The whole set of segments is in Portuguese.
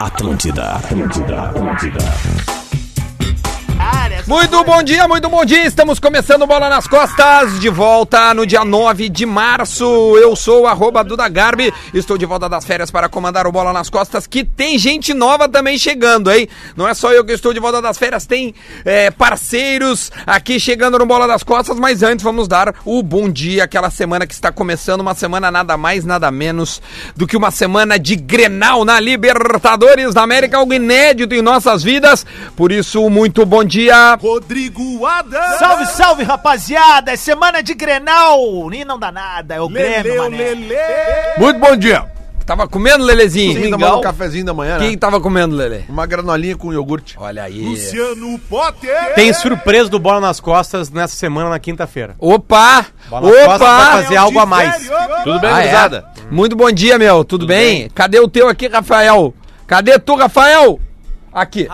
Atlântida, Atlântida, Atlântida. Muito bom dia, muito bom dia. Estamos começando Bola nas Costas, de volta no dia 9 de março. Eu sou o arroba Duda Garbi, estou de volta das férias para comandar o Bola nas Costas, que tem gente nova também chegando, hein? Não é só eu que estou de volta das férias, tem é, parceiros aqui chegando no Bola das Costas, mas antes vamos dar o bom dia, aquela semana que está começando, uma semana nada mais, nada menos do que uma semana de Grenal na Libertadores da América, algo inédito em nossas vidas. Por isso, muito bom dia. Rodrigo Adams. Salve, salve, rapaziada! É semana de Grenal! E não dá nada, é o Grêmio, mané. Muito bom dia. Tava comendo, Lelezinho? Ainda mais um cafezinho da manhã, Quem né? tava comendo, Lele? Uma granolinha com iogurte. Olha aí. Luciano Potter. Tem surpresa do Bola nas Costas nessa semana, na quinta-feira. Opa! Bola nas Costas vai Opa! fazer É algo a mais. Tudo bem, Ah, é? Muito bom dia, meu. Tudo, bem? Cadê o teu aqui, Rafael? Cadê tu, Rafael? Aqui.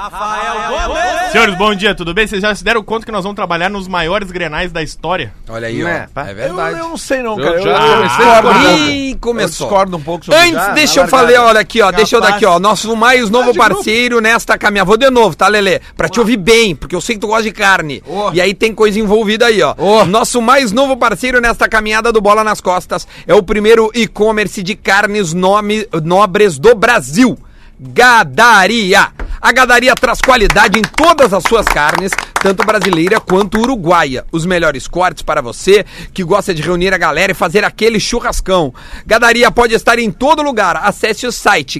Senhores, bom dia, tudo bem? Vocês já se deram conta que nós vamos trabalhar nos maiores grenais da história? Olha aí, ó. Né? É verdade. Eu, eu não sei não, cara. Eu, já- eu, comecei discordo Ih, um pouco. Eu começou. discordo um pouco sobre Antes, já, tá deixa na eu falar, largada. olha aqui, ó. Deixa eu Capaz. daqui, ó. Nosso Tá mais novo parceiro nesta caminhada. Vou de novo, tá, Lelê? Pra te ouvir bem, porque eu sei que tu gosta de carne. Ô. E aí tem coisa envolvida aí, ó. Ô. Nosso mais novo parceiro nesta caminhada do Bola nas Costas é o primeiro e-commerce de carnes nome- nobres do Brasil. Gadaria. A Gadaria traz qualidade em todas as suas carnes, tanto brasileira quanto uruguaia. Os melhores cortes para você que gosta de reunir a galera e fazer aquele churrascão. Gadaria pode estar em todo lugar. Acesse o site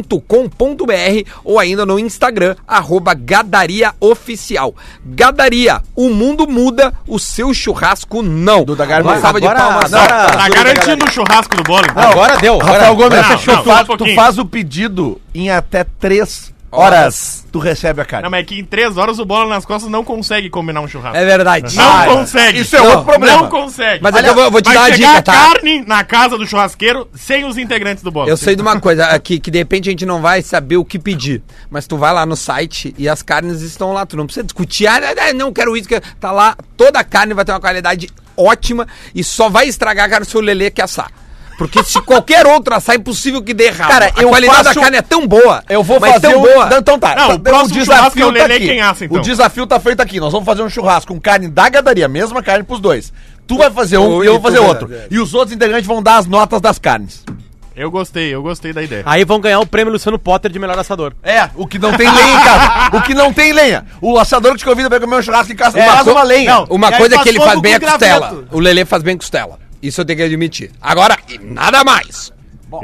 gadaria.com.br ou ainda no Instagram, arroba Gadaria Oficial. Gadaria, o mundo muda, o seu churrasco não. Duda Garbi, Uma salva de agora- palmas. agora- Tá garantindo o churrasco do bolo. então. Agora deu. Rafael Gomes, Não, tu, não, só faz, um pouquinho. tu faz o pedido em até três Horas. horas. Tu recebe a Não, carne. mas é que em três horas o bola nas costas não consegue combinar um churrasco. É verdade. Não Ah, consegue. isso é outro problema. Não consegue. Mas é que eu vou- eu vou te vai dar uma chegar dica, tá? carne na casa do churrasqueiro sem os integrantes do bolo. Eu sei de uma coisa, é que, que de repente a gente não vai saber o que pedir. Mas tu vai lá no site e as carnes estão lá. Tu não precisa discutir. Ah, ah, ah, não quero isso. que Tá lá, toda a carne vai ter uma qualidade ótima e só vai estragar a carne se o Lelê que assar. Porque se qualquer outro assar, é impossível que dê errado. Cara, a eu qualidade faço- da carne é tão boa. Eu vou mas fazer tão um... boa. Não, Então tá. Não, tá, o próximo churrasco é o Lelê quem assa, então. O desafio tá feito aqui. Nós vamos fazer um churrasco com carne da gadaria, mesma carne pros dois. Tu vai fazer um Eu e eu e vou fazer tu, outro. verdade. E os outros integrantes vão dar as notas das carnes. Eu gostei, eu gostei da ideia. Aí vão ganhar o prêmio Luciano Potter de melhor assador. É, o que não tem lenha em casa. O que não tem lenha. O assador que te convida pra comer um churrasco em casa, É, faz co- uma lenha. não. Uma E aí coisa faz que ele fogo faz bem é com costela. graveto. O Lelê faz bem costela. Isso eu tenho que admitir. Agora, e nada mais.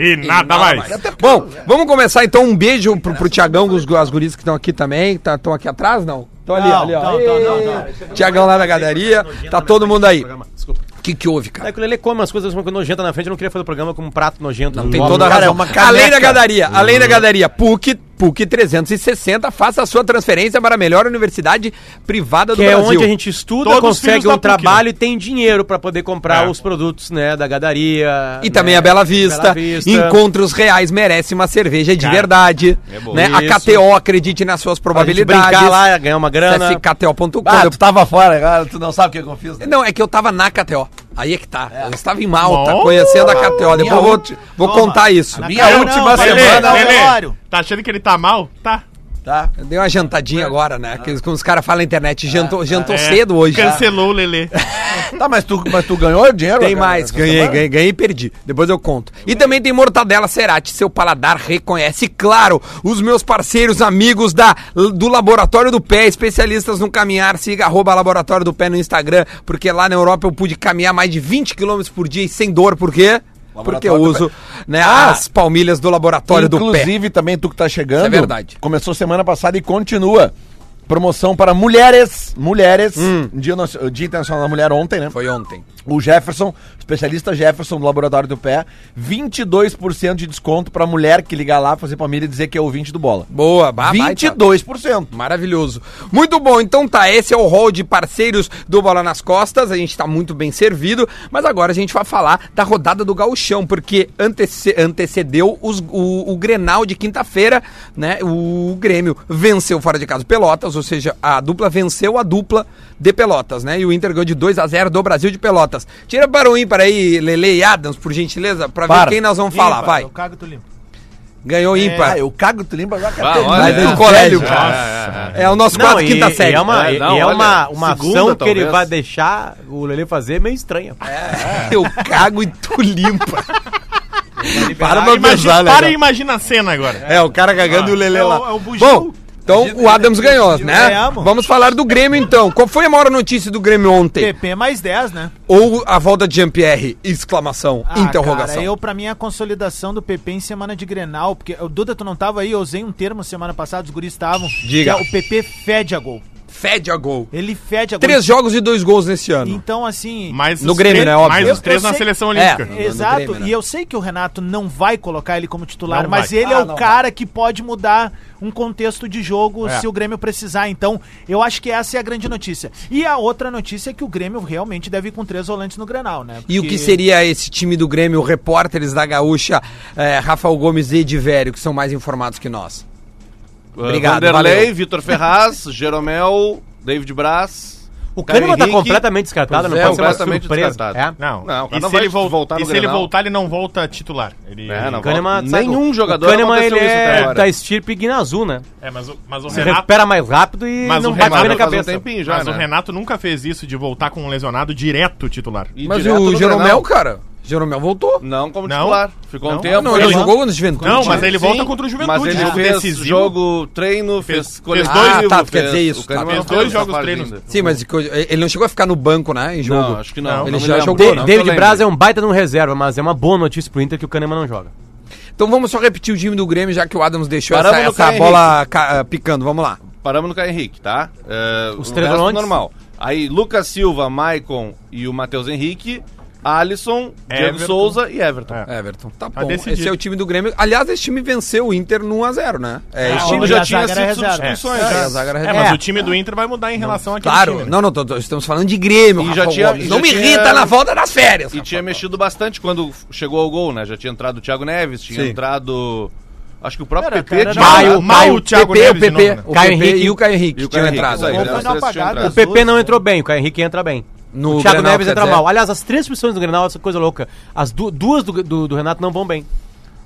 e nada mais. Bom, vamos começar então. Um beijo pro, pro Tiagão, os, as guris que estão aqui também. Estão aqui atrás, não? Estão ali, Não, ali, ó. não, não, não, não. Ei, Tiagão lá da galeria. Tá todo mundo aí. O que, que houve, É cara? que o Lele come umas coisas uma nojenta na frente, eu não queria fazer o programa com um prato nojento. Não, Tem toda a Cara, é razão. uma caneca. além da gadaria, além da gadaria, PUC, PUC 360, faça a sua transferência para a melhor universidade privada do Que é Brasil. onde a gente estuda, Todos os filhos consegue da um PUC, né? trabalho e tem dinheiro pra poder comprar É. os produtos, né, da gadaria. E também né, a Bela Vista. Bela Vista. Encontros reais merece uma cerveja de verdade. né? A Isso. KTO acredite nas suas Pra gente probabilidades. brincar lá, ganhar uma grana. Acesse KTO.com. Ah, Eu- tu tava fora, agora tu não sabe o que eu fiz. Né? Não, é que eu tava na KTO. Aí é que tá. Eu estava em Malta, Bom. conhecendo a KTO. Depois eu vou, última. vou contar isso. Minha Não, última não, Lelê, é semana. Lelê. Lelê, tá achando que ele tá mal? Tá. Tá? Eu dei uma jantadinha agora, né? Ah. Que, como os caras falam na internet, jantou, jantou É, Tá cedo hoje. Cancelou o Lelê. tá, mas tu, mas tu ganhou dinheiro? Tem cara, mais, essa ganhei, semana? ganhei, ganhei e perdi. Depois eu conto. E também tem Mortadela Cerati, seu paladar reconhece. E, Claro, os meus parceiros amigos da, do Laboratório do Pé, especialistas no caminhar, siga arroba Laboratório do Pé no Instagram, porque lá na Europa eu pude caminhar mais de 20 km por dia e sem dor, por quê? Porque eu do uso né, Ah. as palmilhas do Laboratório do Pé. Inclusive, também tu que tá Isso chegando. é verdade. Começou semana passada e continua. Promoção para mulheres. Mulheres. Hum. Dia, no- Dia Internacional da Mulher ontem, né? Foi ontem. O Jefferson, especialista Jefferson do Laboratório do Pé, 22% de desconto pra mulher que ligar lá, fazer palmilha e dizer que é ouvinte do bola. Boa, Ah, bah, tá. baita. 22%. Maravilhoso. Muito bom, então tá, esse é o hall de parceiros do Bola nas Costas, a gente tá muito bem servido, mas agora a gente vai falar da rodada do gauchão, porque antece- antecedeu os- o, o Grenal de quinta-feira, né, o Grêmio venceu fora de casa o Pelotas, ou seja, a dupla venceu a dupla de Pelotas, né, e o Inter ganhou de 2 a 0 do Brasil de Pelotas. Tira para o ímpar aí, Lele e Adams, por gentileza, pra ver Para. quem nós vamos Limpa, falar, vai. Eu cago, e tu limpa. Ganhou É. ímpar. Ah, eu cago, tu lembra agora que Ah, até- olha, Mas é. do do colégio, colégio. cara. É, o nosso quadro e, quinta série. e é uma, É, e não, é olha, uma, uma segunda, ação que ele talvez. vai deixar o Lelê fazer meio estranha. Eu cago e tu limpa. Para pra Imagina, pensar, né? para e cara? imagina a cena agora. É, o cara cagando e o Lelê é o- lá. é o bugio. Bom, então o Adams ganhou, né? Ganhamos. Vamos falar do Grêmio então. Qual foi a maior notícia do Grêmio ontem? PP mais 10, né? Ou a volta de Jean-Pierre? Exclamação, Ah, interrogação. Cara, eu, pra mim, a consolidação do PP em semana de Grenal, porque o Duda, tu não tava aí, eu usei um termo semana passada, os guris estavam. Diga. que é o PP fede a gol. Fede a gol. Ele fede a Três gol. jogos e dois gols nesse ano. Então, assim. Mais No os Grêmio, três- né? Óbvio. Mais Eu- os três eu na sei- seleção É. olímpica. Exato, Grêmio, né? e eu sei que o Renato não vai colocar ele como titular, Não mas vai. É. ele é o cara que pode mudar um contexto de jogo se o Grêmio precisar. Então, eu acho que essa é a grande notícia. E a outra notícia é que o Grêmio realmente deve ir com três volantes no Grenal, né? E o que seria esse time do Grêmio, repórteres da Gaúcha, eh, Rafael Gomes e Edivério, que são mais informados que nós? Obrigado, É, Vanderlei, valeu. Vitor Ferraz, Jeromel, David Braz. O Caio Kahneman tá Henrique. completamente descartado, Pois não é, pode ser uma completamente surpresa. descartado. É. Não, Não, o cara e não se vai ele vol- voltar no e se ele Grenal. voltar, ele não volta titular. Ele, É, não O Kahneman, Nenhum sabe, o- jogador O Kahneman, aconteceu ele isso até é agora. da estirpe Guinazu, né? é, mas, o- mas o Se Renato... recupera mais rápido e Mas não o bate Renato bem na faz um cabeça. tempinho já, Mas o né? Renato nunca fez isso de voltar com um lesionado direto titular. E Mas direto o no Jeromel, Grenal. cara, Jeromel voltou. Não, como Não. titular. Ficou um Não. tempo. Ah, Não, ele é aí. jogou contra o Juventude. Não, mas ele Sim, volta contra o Juventude. Ah, tá. Mas ele jogo fez decisivo. jogo treino, Fez- fez fez coletivo. dois- Ah, tá, tu quer dizer isso, O Kahneman tá. não Fez dois fez jogos essa treinos. parte ainda. Sim, mas que eu- ele não chegou a ficar no banco, né, em jogo. Não, acho que não. Não, não ele me já lembro. jogou, De- Não, não David Braz é um baita num reserva, mas é uma boa notícia pro Inter que o Kahneman não joga. Então vamos só repetir o time do Grêmio, já que o Adams deixou Paramos no essa, essa Caio bola ca- ah, picando. Vamos lá. Paramos no Caio Henrique, tá? É, Os o três resto volantes. normal. Aí, Lucas Silva, Maicon e o Matheus Henrique, Alisson, Diego Everton. Souza e Everton. É. Everton, tá Tá bom. decidido. esse é o time do Grêmio. Aliás, esse time venceu o Inter no 1x0, né? É, esse time O time Olha, Ah, já a tinha zaga era sido reserva. substituições. É, né? a zaga era É, mas o time do Inter vai mudar em relação àquele Claro, time. né? não, não, tô- tô- estamos falando de Grêmio, E Rafa já tinha- Gomes. e Não já me tinha- irrita na volta das férias. E tinha mexido bastante quando chegou ao gol, né? Já tinha entrado o Thiago Neves, tinha Sim. entrado. Acho que o próprio Era, PP cara, tinha. era- entrado. Mal o Thiago PP, Neves de o PP, novo, né? o Caio PP Henrique. e o Caio Henrique né? E o tinham Caio Henrique, entrado. isso aí, Ou né? foi Os no três tinham apagado. entrado. O PP não entrou bem, o Caio Henrique entra bem. No o Thiago Grenal, Neves quer entra dizer. mal. Aliás, as três posições do Grenal, é essa coisa louca. As du- duas do, do- do Renato não vão bem.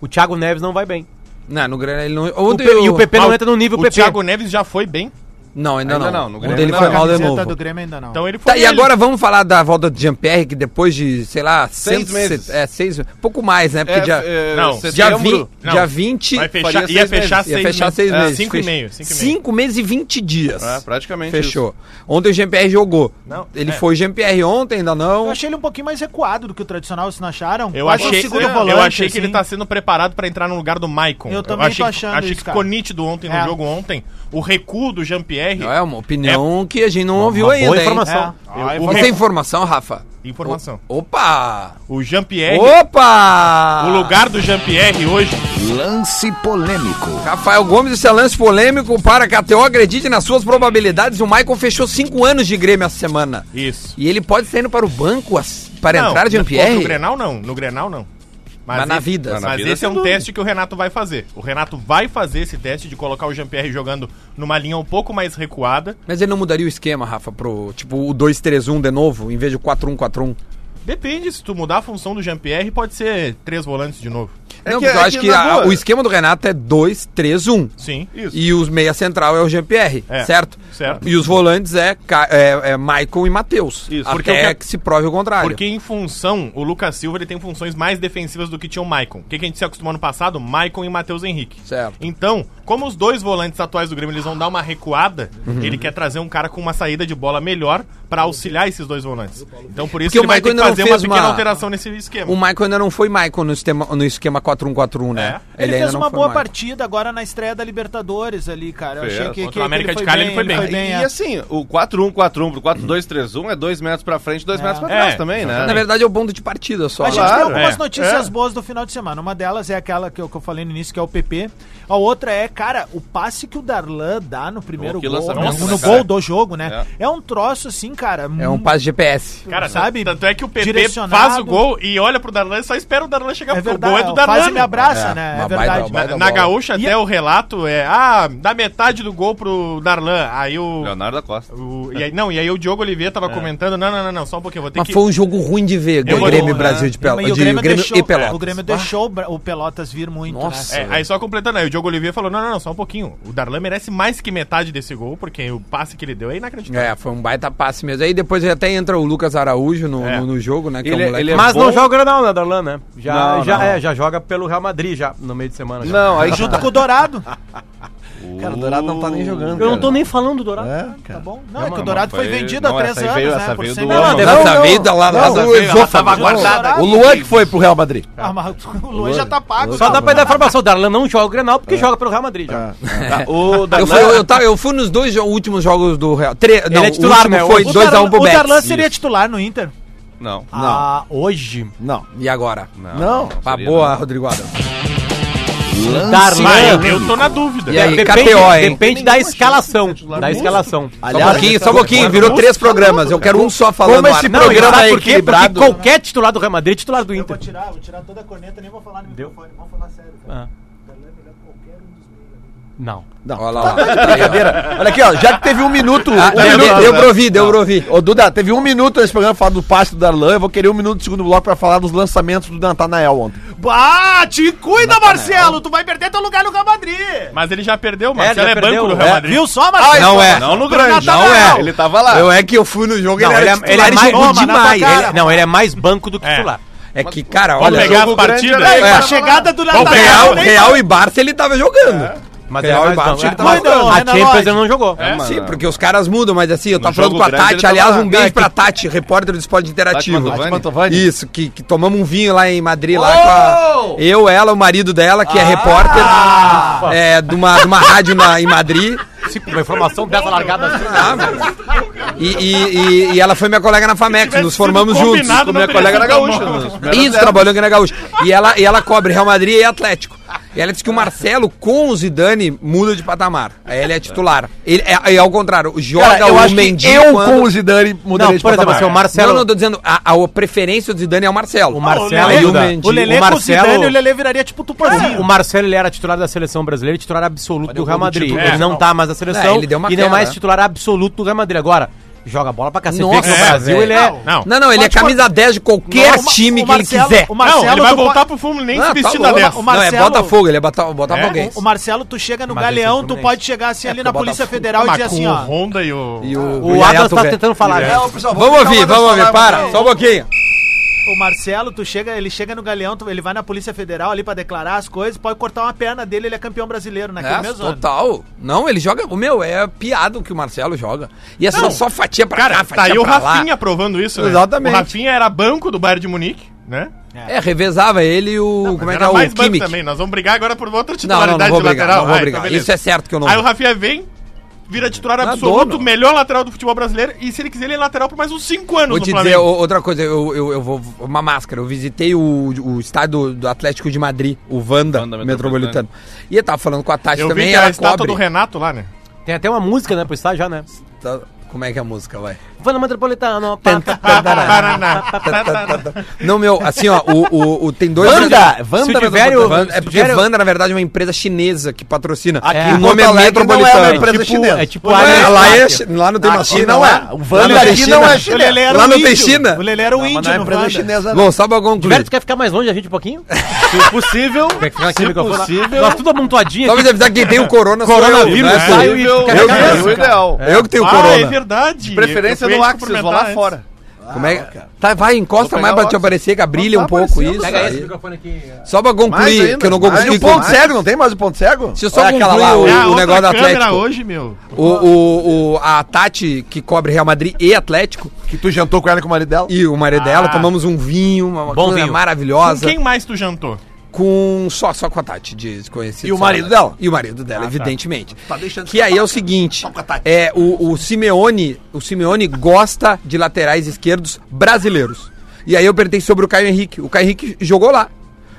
O Thiago Neves não vai bem. Não, né, no Grêmio ele não... O Ontem Pe- E o PP Mas não entra no nível O PP. Thiago Neves já foi bem, Não, ainda, Ainda não. não, no Ontem Grêmio ele não. foi A mal de camiseta novo. do Grêmio ainda não. então ele foi Tá, e ele. agora vamos falar da volta de Jean-Pierre, que depois de, sei lá, Seis 170 meses. É, seis, pouco mais, né? Porque É, já, é, Não. já, setembro. vi- Não. já 20... Vai faria fechar, ia seis fechar meses. seis, Ia fechar meses. seis É, meses. Cinco e Fecha- meio. Cinco e meio. Cinco meses e 20 dias. É, praticamente. Fechou. Ontem o Jean-Pierre jogou. Não, ele é. foi Jean-Pierre ontem, ainda Eu não. achei ele um pouquinho mais recuado do que o tradicional, vocês não acharam? Eu Quase um achei, segundo eu volante, achei que assim. ele tá sendo preparado pra entrar no lugar do Maicon. Eu também tô achei, que- achando Achei isso, que cara. ficou nítido ontem É. no jogo ontem. O recuo do Jean-Pierre. É uma opinião que a gente não ouviu Uma ainda. boa hein? É. informação. Ah, Você o tem recuo- informação, Rafa? Informação. O- Opa! O Jean-Pierre. Opa! O lugar do Jean-Pierre hoje. Lance polêmico. Rafael Gomes, esse é lance polêmico para a KTO acredite nas suas probabilidades. O Michael fechou cinco anos de Grêmio essa semana. Isso. E ele pode estar indo para o banco as- para Não, entrar No Jean-Pierre? Grenal não, no Grenal não. Mas na esse- vida. Mas, Na vida, esse é um sem dúvida. teste que o Renato vai fazer. O Renato vai fazer esse teste de colocar o Jean-Pierre jogando numa linha um pouco mais recuada. Mas ele não mudaria o esquema, Rafa, pro tipo o 2-3-1 de novo, em vez de um, o 4-1-4-1. Depende, se tu mudar a função do Jean-Pierre, pode ser três volantes de novo. É não, que- porque eu é acho que que, na a- boa- o esquema do Renato é 2-3-1. Sim. Isso. E os meia central é o Jean-Pierre, É, certo? certo. E os volantes é, Ca- é, é Michael e Matheus. Isso. Até Porque o que... que- se prove o contrário. Porque em função, o Lucas Silva ele tem funções mais defensivas do que tinha o Maicon. O que, que a gente se acostumou no passado? Maicon e Matheus Henrique. Certo. Então, como os dois volantes atuais do Grêmio eles vão dar uma recuada, Uhum. ele quer trazer um cara com uma saída de bola melhor pra auxiliar esses dois volantes. Então, por isso Porque o ele vai Maicon ter que ainda não fazer uma fez pequena uma- Um alteração nesse esquema. O Michael ainda não foi Michael no esquema, no esquema 4-1-4-1, né? Ele, fez ainda não uma foi boa Michael. partida agora na estreia da Libertadores ali, cara. Eu Fez. achei que, Contra que, o que América de Cali, ele foi bem. E, é. assim, o 4-1-4-1 pro 4-2-3-1 é 2 metros pra frente, 2 metros pra É. trás também, né? Na verdade é o ponto de partida só. A né? gente tem Claro, algumas é. notícias boas do final de semana. Uma delas é aquela que eu, que eu falei no início, que é o PP. A outra é, cara, o passe que o Darlan dá no primeiro Oh, que gol, lançamento, no- né, no cara? gol do jogo, né? É. um É troço assim, cara. É um passe GPS. Cara, sabe? sabe? Tanto é que o PP PP direcionado. faz o gol e olha pro Darlan e só espera o Darlan chegar, É porque verdade. o gol é do faz e me Darlan. abraça, É, né? É uma baita- verdade. uma- Na, Vai na da bola. gaúcha E até o relato é, ah, dá metade do gol pro Darlan. Aí o... Leonardo da Costa. o- e aí- não, e aí o Diogo Oliveira tava comentando, não, não, não, não, só um pouquinho, eu vou ter Mas que... foi um jogo ruim de ver, Eu o vou- Grêmio e né? Brasil de, Pel... E de o Grêmio, Grêmio deixou, né? e Pelotas. Ah, O Grêmio deixou o Bra- o Pelotas vir muito, Nossa. né? É, aí só completando, aí o Diogo Oliveira falou, não, não, não, só um pouquinho. O Darlan merece mais que metade desse gol, porque o passe que ele deu é inacreditável. É, foi um baita passe mesmo. Aí depois até entra o Lucas Araújo no, É. no, no jogo, né? Que Ele é um é- moleque. ele é Mas bom. não joga o Granal, né, Darlan, né? Já, Não, já, não. É, já joga pelo Real Madrid, já, no meio de semana. já. Não, aí junta Junto com o Dourado. Cara, o Dourado não tá nem jogando. Eu não tô cara. nem falando do Dourado. É, cara. Tá bom? Não, é que o não, Dourado foi foi- vendido não, há três essa anos, veio- né? essa por veio do 100 ano. milhões. Não, Não, dessa não. vez da lá da Não, tá essa veio, Zofa- guardada. O Luan que foi pro Real Madrid. Ah, mas o Luan já tá pago. Só dá pra dar informação, o Darlan não joga o Grenal porque joga pelo Real Madrid. Já. Tá, o Eu Darlan... fui, eu, tava- eu fui nos dois jo- últimos jogos do Real. Tre... Não, é titular, o último né? foi O 2x1 pro O Darlan Betis. seria titular no Inter. Não, É. Ah, hoje. Não. E agora? não. Não. Pra seria, boa, Rodrigo Adão. Lance. Darlan. Mas eu tô na dúvida. E aí, depende KTO, hein? depende da escalação. Da escalação. Só um pouquinho, só um pouquinho. Virou três programas. Eu quero um só falando. esse Arthur. Não, e programa sabe é por quê? Porque né? equilibrado. qualquer titular do Real Madrid é titular do Inter. tirar, vou tirar toda a corneta, nem vou falar no microfone. Vamos falar sério. Ah. é um Não. Não. Olha lá, tá olha lá. Brincadeira. Olha aqui, ó. Já que teve um minuto. um Ah, deu- minuto- Deu pra ouvir, deu pra ouvir. Ô, Duda, teve um minuto nesse programa pra falar do passe do Darlan. Eu vou querer um minuto do segundo bloco pra falar dos lançamentos do Nathanael ontem. Bate, Ah, cuida, Marcelo! Tu vai perder teu lugar no Real Madrid! Mas ele já perdeu, mas já ele é perdeu, banco do é. Real Madrid. Viu só, Marcelo? Não é. Não no grande, Não é. Ele tava lá. Eu é que eu fui no jogo, Não, ele ele, era é, ele é titular e mais, jogou Toma, na tua demais. cara. ele- não, ele é mais banco do que É. titular. Ele- É que, cara, Vamos olha. pegar as jogo grande partidas. era Com É. a chegada do O Natal. Real, Real e Barça ele tava jogando. Mas Real ele e é mais Barça, banco. ele Ele tá mas, jogando, a Renan Champions Lodge. ele não jogou. É. Sim, porque os caras mudam, mas assim, eu tava No falando jogo com a grande, ele Tati. tava Aliás, lá. um beijo Ah, pra Tati, repórter do Esporte Interativo. Tati Mantovani? Isso, que, que tomamos um vinho lá em Madrid, lá com a, eu, ela, o marido dela, que é repórter é, de, uma, de uma rádio na- em Madrid. Se- Uma informação dessa largada assim. Ah, meu. e, e- e- e ela foi minha colega na Famex, nos formamos juntos. combinado, Como não minha teria colega na sido Gaúcha. bom. nos primeiros Isso, trabalhou aqui na Gaúcha. é E ela, e ela cobre Real Madrid e Atlético. E ela disse que o Marcelo com o Zidane muda de patamar. Aí ele é titular. Ele, é, é ao contrário, joga Cara, eu o acho Mendy que eu quando- com o Zidane mudaria Não, por exemplo, patamar. assim, o Não, não, Marcelo. tô dizendo, a, a preferência do Zidane é o Marcelo. O Lele- Marcelo e o Duda, Mendy. O Lelê o com o Zidane, o Marcelo. Lelê viraria tipo Tupanzinho. É, O Marcelo ele era titular da seleção brasileira, e titular absoluto do Real Madrid. título. Ele É, não não. tá mais na É, seleção ele deu uma e não é queda, mais né? titular absoluto do Real Madrid. Agora, joga bola pra cacete. Nossa, porque no é, Brasil velho. ele é. Não. Não, não, ele é Pode- camisa 10 de qualquer O Ma- time o que ele Marcelo- quiser. O Não, Marcelo, ele vai tu voltar po- pro Fluminense Não, tá vestido a louco. o 10. Não, é Marcelo- Botafogo, ele é bota- botafoguês. O Marcelo, tu chega no Mas esse é Galeão, tu Fluminense. pode chegar assim ali na porque o Polícia Botafogo- Federal e dizer assim, o ó. Honda e o... E o, é. O Adams tá tentando falar. né? Vamos ouvir, vamos ouvir, tá para, só um pouquinho. O Marcelo, tu chega, ele chega no Galeão, tu- ele vai na Polícia Federal ali pra declarar as coisas, pode cortar uma perna dele, ele é campeão brasileiro naquele É, mesmo ano. total. Não, ele joga. O meu, é piada o que o Marcelo joga. E essa só fatia pra cá, Cara, fatia tá aí o pra lá. Rafinha provando isso, né? Exatamente. O Rafinha era banco do Bayern de Munique, né? É, revezava ele e o. como é que Era é o mais banco Kimmich? também. Nós vamos brigar agora por outra Não, não, não titularidade vou de brigar, lateral. não vou Ah, então brigar. beleza. Isso é certo que eu não. Aí o Rafinha vem, vira titular Não, absoluto, dono. melhor lateral do futebol brasileiro. E se ele quiser, ele é lateral por mais uns 5 anos Vou no te Flamengo. dizer o- outra coisa, eu, eu, eu vou. Uma máscara. Eu visitei o, o estádio do Atlético de Madrid, o Wanda, Wanda Metropolitano. E eu tava falando com a Tati Eu também, vi que a ela estátua cobre. do Renato lá, né? Tem até uma música, né, pro estádio já, né? Tá, como é que é a música, vai? Vanda Metropolitano. pá, Tenta- pá, pá, pá. Não, meu, assim, ó, o, o, o- tem dois. Wanda, Se Wanda o Diverio- Wanda- é se o porque Diverio- Wanda, na verdade, é uma empresa chinesa que patrocina. Aqui É. em o nome Porto é Alegre não é uma Metropolitano. empresa Tipo- chinesa. é tipo Não a é, lá, é, Austráquia. chi- lá não tem uma Aqui China. não lá. é. Lá O Wanda aqui não é chinês. era Lá um não tem índio. China? O Lelê era um Não é índio, no empresa Wanda. chinesa, um não. Bom, só pra Diverio, concluir. tu quer ficar mais longe da gente um pouquinho? Se possível, Aqui no se microfone lá. possível... Nós tudo amontoadinho Só pra te avisar que quem tem o corona sou eu, Coronavírus, não é tu. sai o possível, Eu vi é isso, o ideal. Eu que tenho Ah, é corona. verdade. De preferência Eu fui no Axis, vou lá experimentar fora. Como é que- tá, vai, encosta Vou mais pegar pra te o óculos. aparecer, que brilha um tá pouco aparecendo, isso. pega aí. microfone aqui. Só pra Mais concluir, ainda, que eu não mais. um E consegui o ponto concluir. cego, não tem mais o ponto cego? Deixa eu só Olha aquela lá, concluir antes. Ah, o, o outra negócio do câmera Atlético. hoje, meu. O, o, o- a Tati, que cobre Real Madrid e Atlético, que tu jantou com ela e com o marido dela. e o marido dela, tomamos um vinho, uma uma Bom coisa vinho. Com maravilhosa. quem mais tu jantou? Com só, só com a Tati, de conhecido. E o só, marido né? dela? Ah, tá. E o marido dela, evidentemente. deixando que aí é o seguinte, é o, o Simeone, o Simeone gosta de laterais esquerdos brasileiros. E aí eu perguntei sobre o Caio Henrique. O Caio Henrique jogou lá.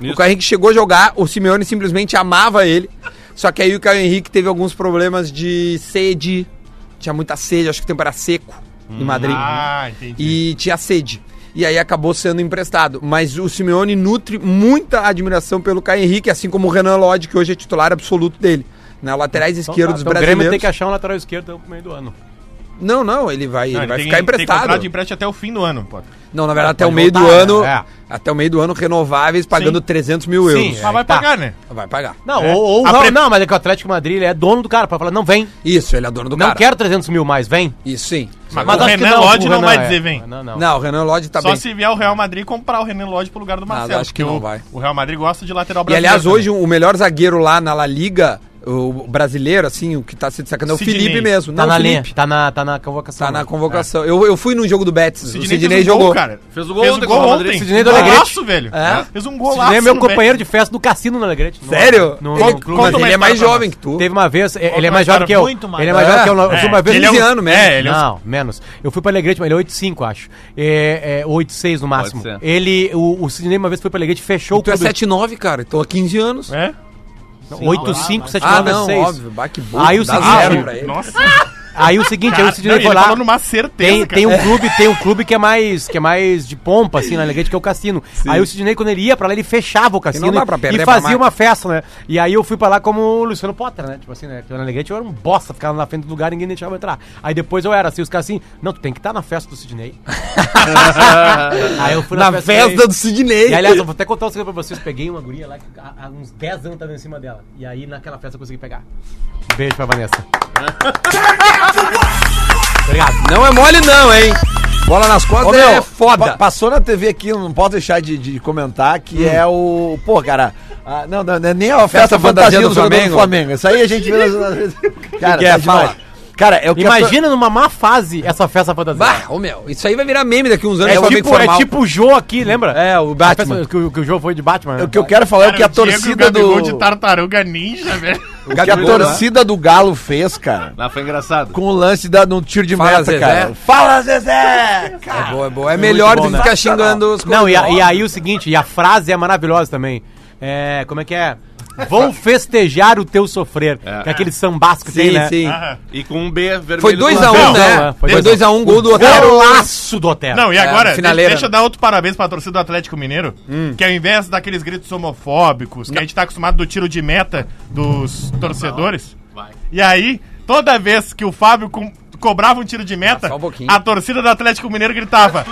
O Caio Henrique chegou a jogar, o Simeone simplesmente amava ele. Só que aí o Caio Henrique teve alguns problemas de sede. Tinha muita sede, acho que o tempo era seco em Madrid. Ah, entendi. E tinha sede. e aí acabou sendo emprestado. Mas o Simeone nutre muita admiração pelo Caio Henrique, assim como o Renan Lodge, que hoje é titular absoluto dele. Né? Laterais esquerdos Então, tá, então O Grêmio brasileiros. tem que achar um lateral esquerdo pro meio do ano. Não, não, ele vai, ele Não, ele vai tem- ficar Tem emprestado. É, contrato de empréstimo até o fim do ano, pô. Não, na verdade, até o Pode meio do voltar, ano. né? É. Até o meio do ano, renováveis, pagando 300 mil euros. mas vai tá. pagar, né? Vai pagar. Não, É. ou, ou A não, pre- não, mas é que o Atlético Madrid ele é dono do cara, pra falar, não, vem, Isso, ele é dono do não tá- cara. quero 300 mil mais, vem. Isso sim. Mas, o acho que Renan Lodge o não vai é. dizer vem. Não, não. Não, o Renan Lodge tá Só bem. se vier o Real Madrid comprar o Renan Lodge pro lugar do Mas Marcelo. acho que porque não o, vai. O Real Madrid gosta de lateral E brasileiro. né? aliás, também. hoje o melhor zagueiro lá na La Liga, o brasileiro, assim, o que tá se destacando é o Sidney. Felipe mesmo. Tá Não, na o Felipe. linha, tá na, tá na convocação. Tá na né? convocação. Eu, eu fui num jogo do Betis, O o Sidney fez um gol, jogou. cara. Fez o gol fez ontem o gol contra o ontem. Um Madrid. Sidney do golaço, velho. É. Fez um Sidney golaço. é meu no companheiro de festa no cassino na Alegrete. No- Sério? No, Ele- no clube. mas ele é mais pra nós. jovem que tu. Teve uma vez, é- ele é Conta mais uma jovem história que eu. muito mais. Ele é mais jovem É. que eu. eu É, sou uma vez ele é um- Não, anos, né? É, ele é um- Não, menos. Eu fui pra Alegrete, mas ele é 8,5, acho. É, é 8,6 no máximo. ser. Ele, o, o Sidney uma vez foi pra Alegrete, fechou Tu é o clube. 7,9, cara. Então há 15 anos. É? né? 8,5, 7,9 Ah, é não, 6. óbvio. Bah, que burro. Aí o dá seguinte- zero Ah, pra ele. Nossa, Aí o seguinte, aí o não, Sidney ele foi lá. falou numa certeza, Tem, cara. tem um clube, tem um clube que é mais que é mais de pompa assim na Alegrete, que é o cassino. Aí o Sidney quando ele ia pra lá, ele fechava o cassino dá pra e- perder e pra fazia marca. uma festa, né? E aí eu fui pra lá como o Luciano Potter, né? Tipo assim, né? Porque na Alegrete eu era um bosta, ficava na frente do lugar, ninguém deixava eu entrar. Aí depois eu era assim, os caras assim, não, tu tem que estar na festa do Sidney. aí eu fui Na festa do Sidney. e aliás, eu vou até contar um segredo pra vocês. Peguei uma guria lá que há, há uns 10 anos tava em cima dela. E aí naquela festa eu consegui pegar. Beijo pra Vanessa. Obrigado. Não é mole não, hein? Bola nas costas Ô, meu, é foda. Hum. pa- passou na TV aqui, eu não posso deixar de, de comentar, que é o. Pô, cara. ah, não, não, não é nem a festa, Festa fantasia fantasia do do jogador do Flamengo. Flamengo. Isso aí a gente vê. nas- cara, Que é? tá demais. Fala. Cara, é o que a to- Imagina numa má fase essa festa fantasia. Bah, ô meu, isso aí vai virar meme daqui uns anos. é, o Flamengo tipo, é formal. tipo o Jô aqui, lembra? É, o A Batman. festa que, o- que o Jô foi de Batman. né? O que eu quero falar é o que a Cara, o Diego torcida e o Gabigol do. de tartaruga ninja, velho. O que a Gabigol, né? torcida do Galo fez, cara. Lá foi engraçado. Com o lance da, no tiro de Fala, meta, Zezé. cara. Fala, Zezé! É boa, é boa. É melhor bom, do que né? ficar xingando os Não, e, a- e aí o seguinte, e a frase é maravilhosa também. É, como é que é? Vão festejar o teu sofrer. É. Que é aquele sambasco que Sim, tem, né? sim. Ah, E com um B vermelho. Foi do 2x1, lado. Não, né? não, é, foi foi dois a 2x1, gol do Otero. Golaço do hotel. Não, e agora, de- finaleira. deixa eu dar outro parabéns pra torcida do Atlético Mineiro, que ao invés daqueles gritos homofóbicos, que a gente tá acostumado do tiro de meta dos torcedores, e aí, toda vez que o Fábio com- cobrava um tiro de meta, só um pouquinho. a torcida do Atlético Mineiro gritava,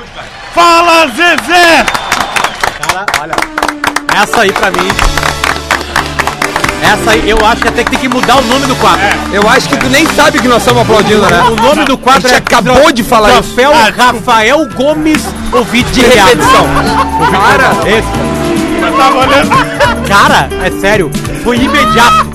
Fala Zezé! Essa aí pra mim. Essa aí, eu acho que até que tem que mudar o nome do quadro. Eu acho que tu nem sabe que nós estamos aplaudindo, né? O nome do quadro A gente acabou de falar isso. Troféu Ah, desculpa. Rafael Gomes ouvinte de De real. repetição. Cara, Esse- Eu tava olhando... Cara, é sério, foi imediato.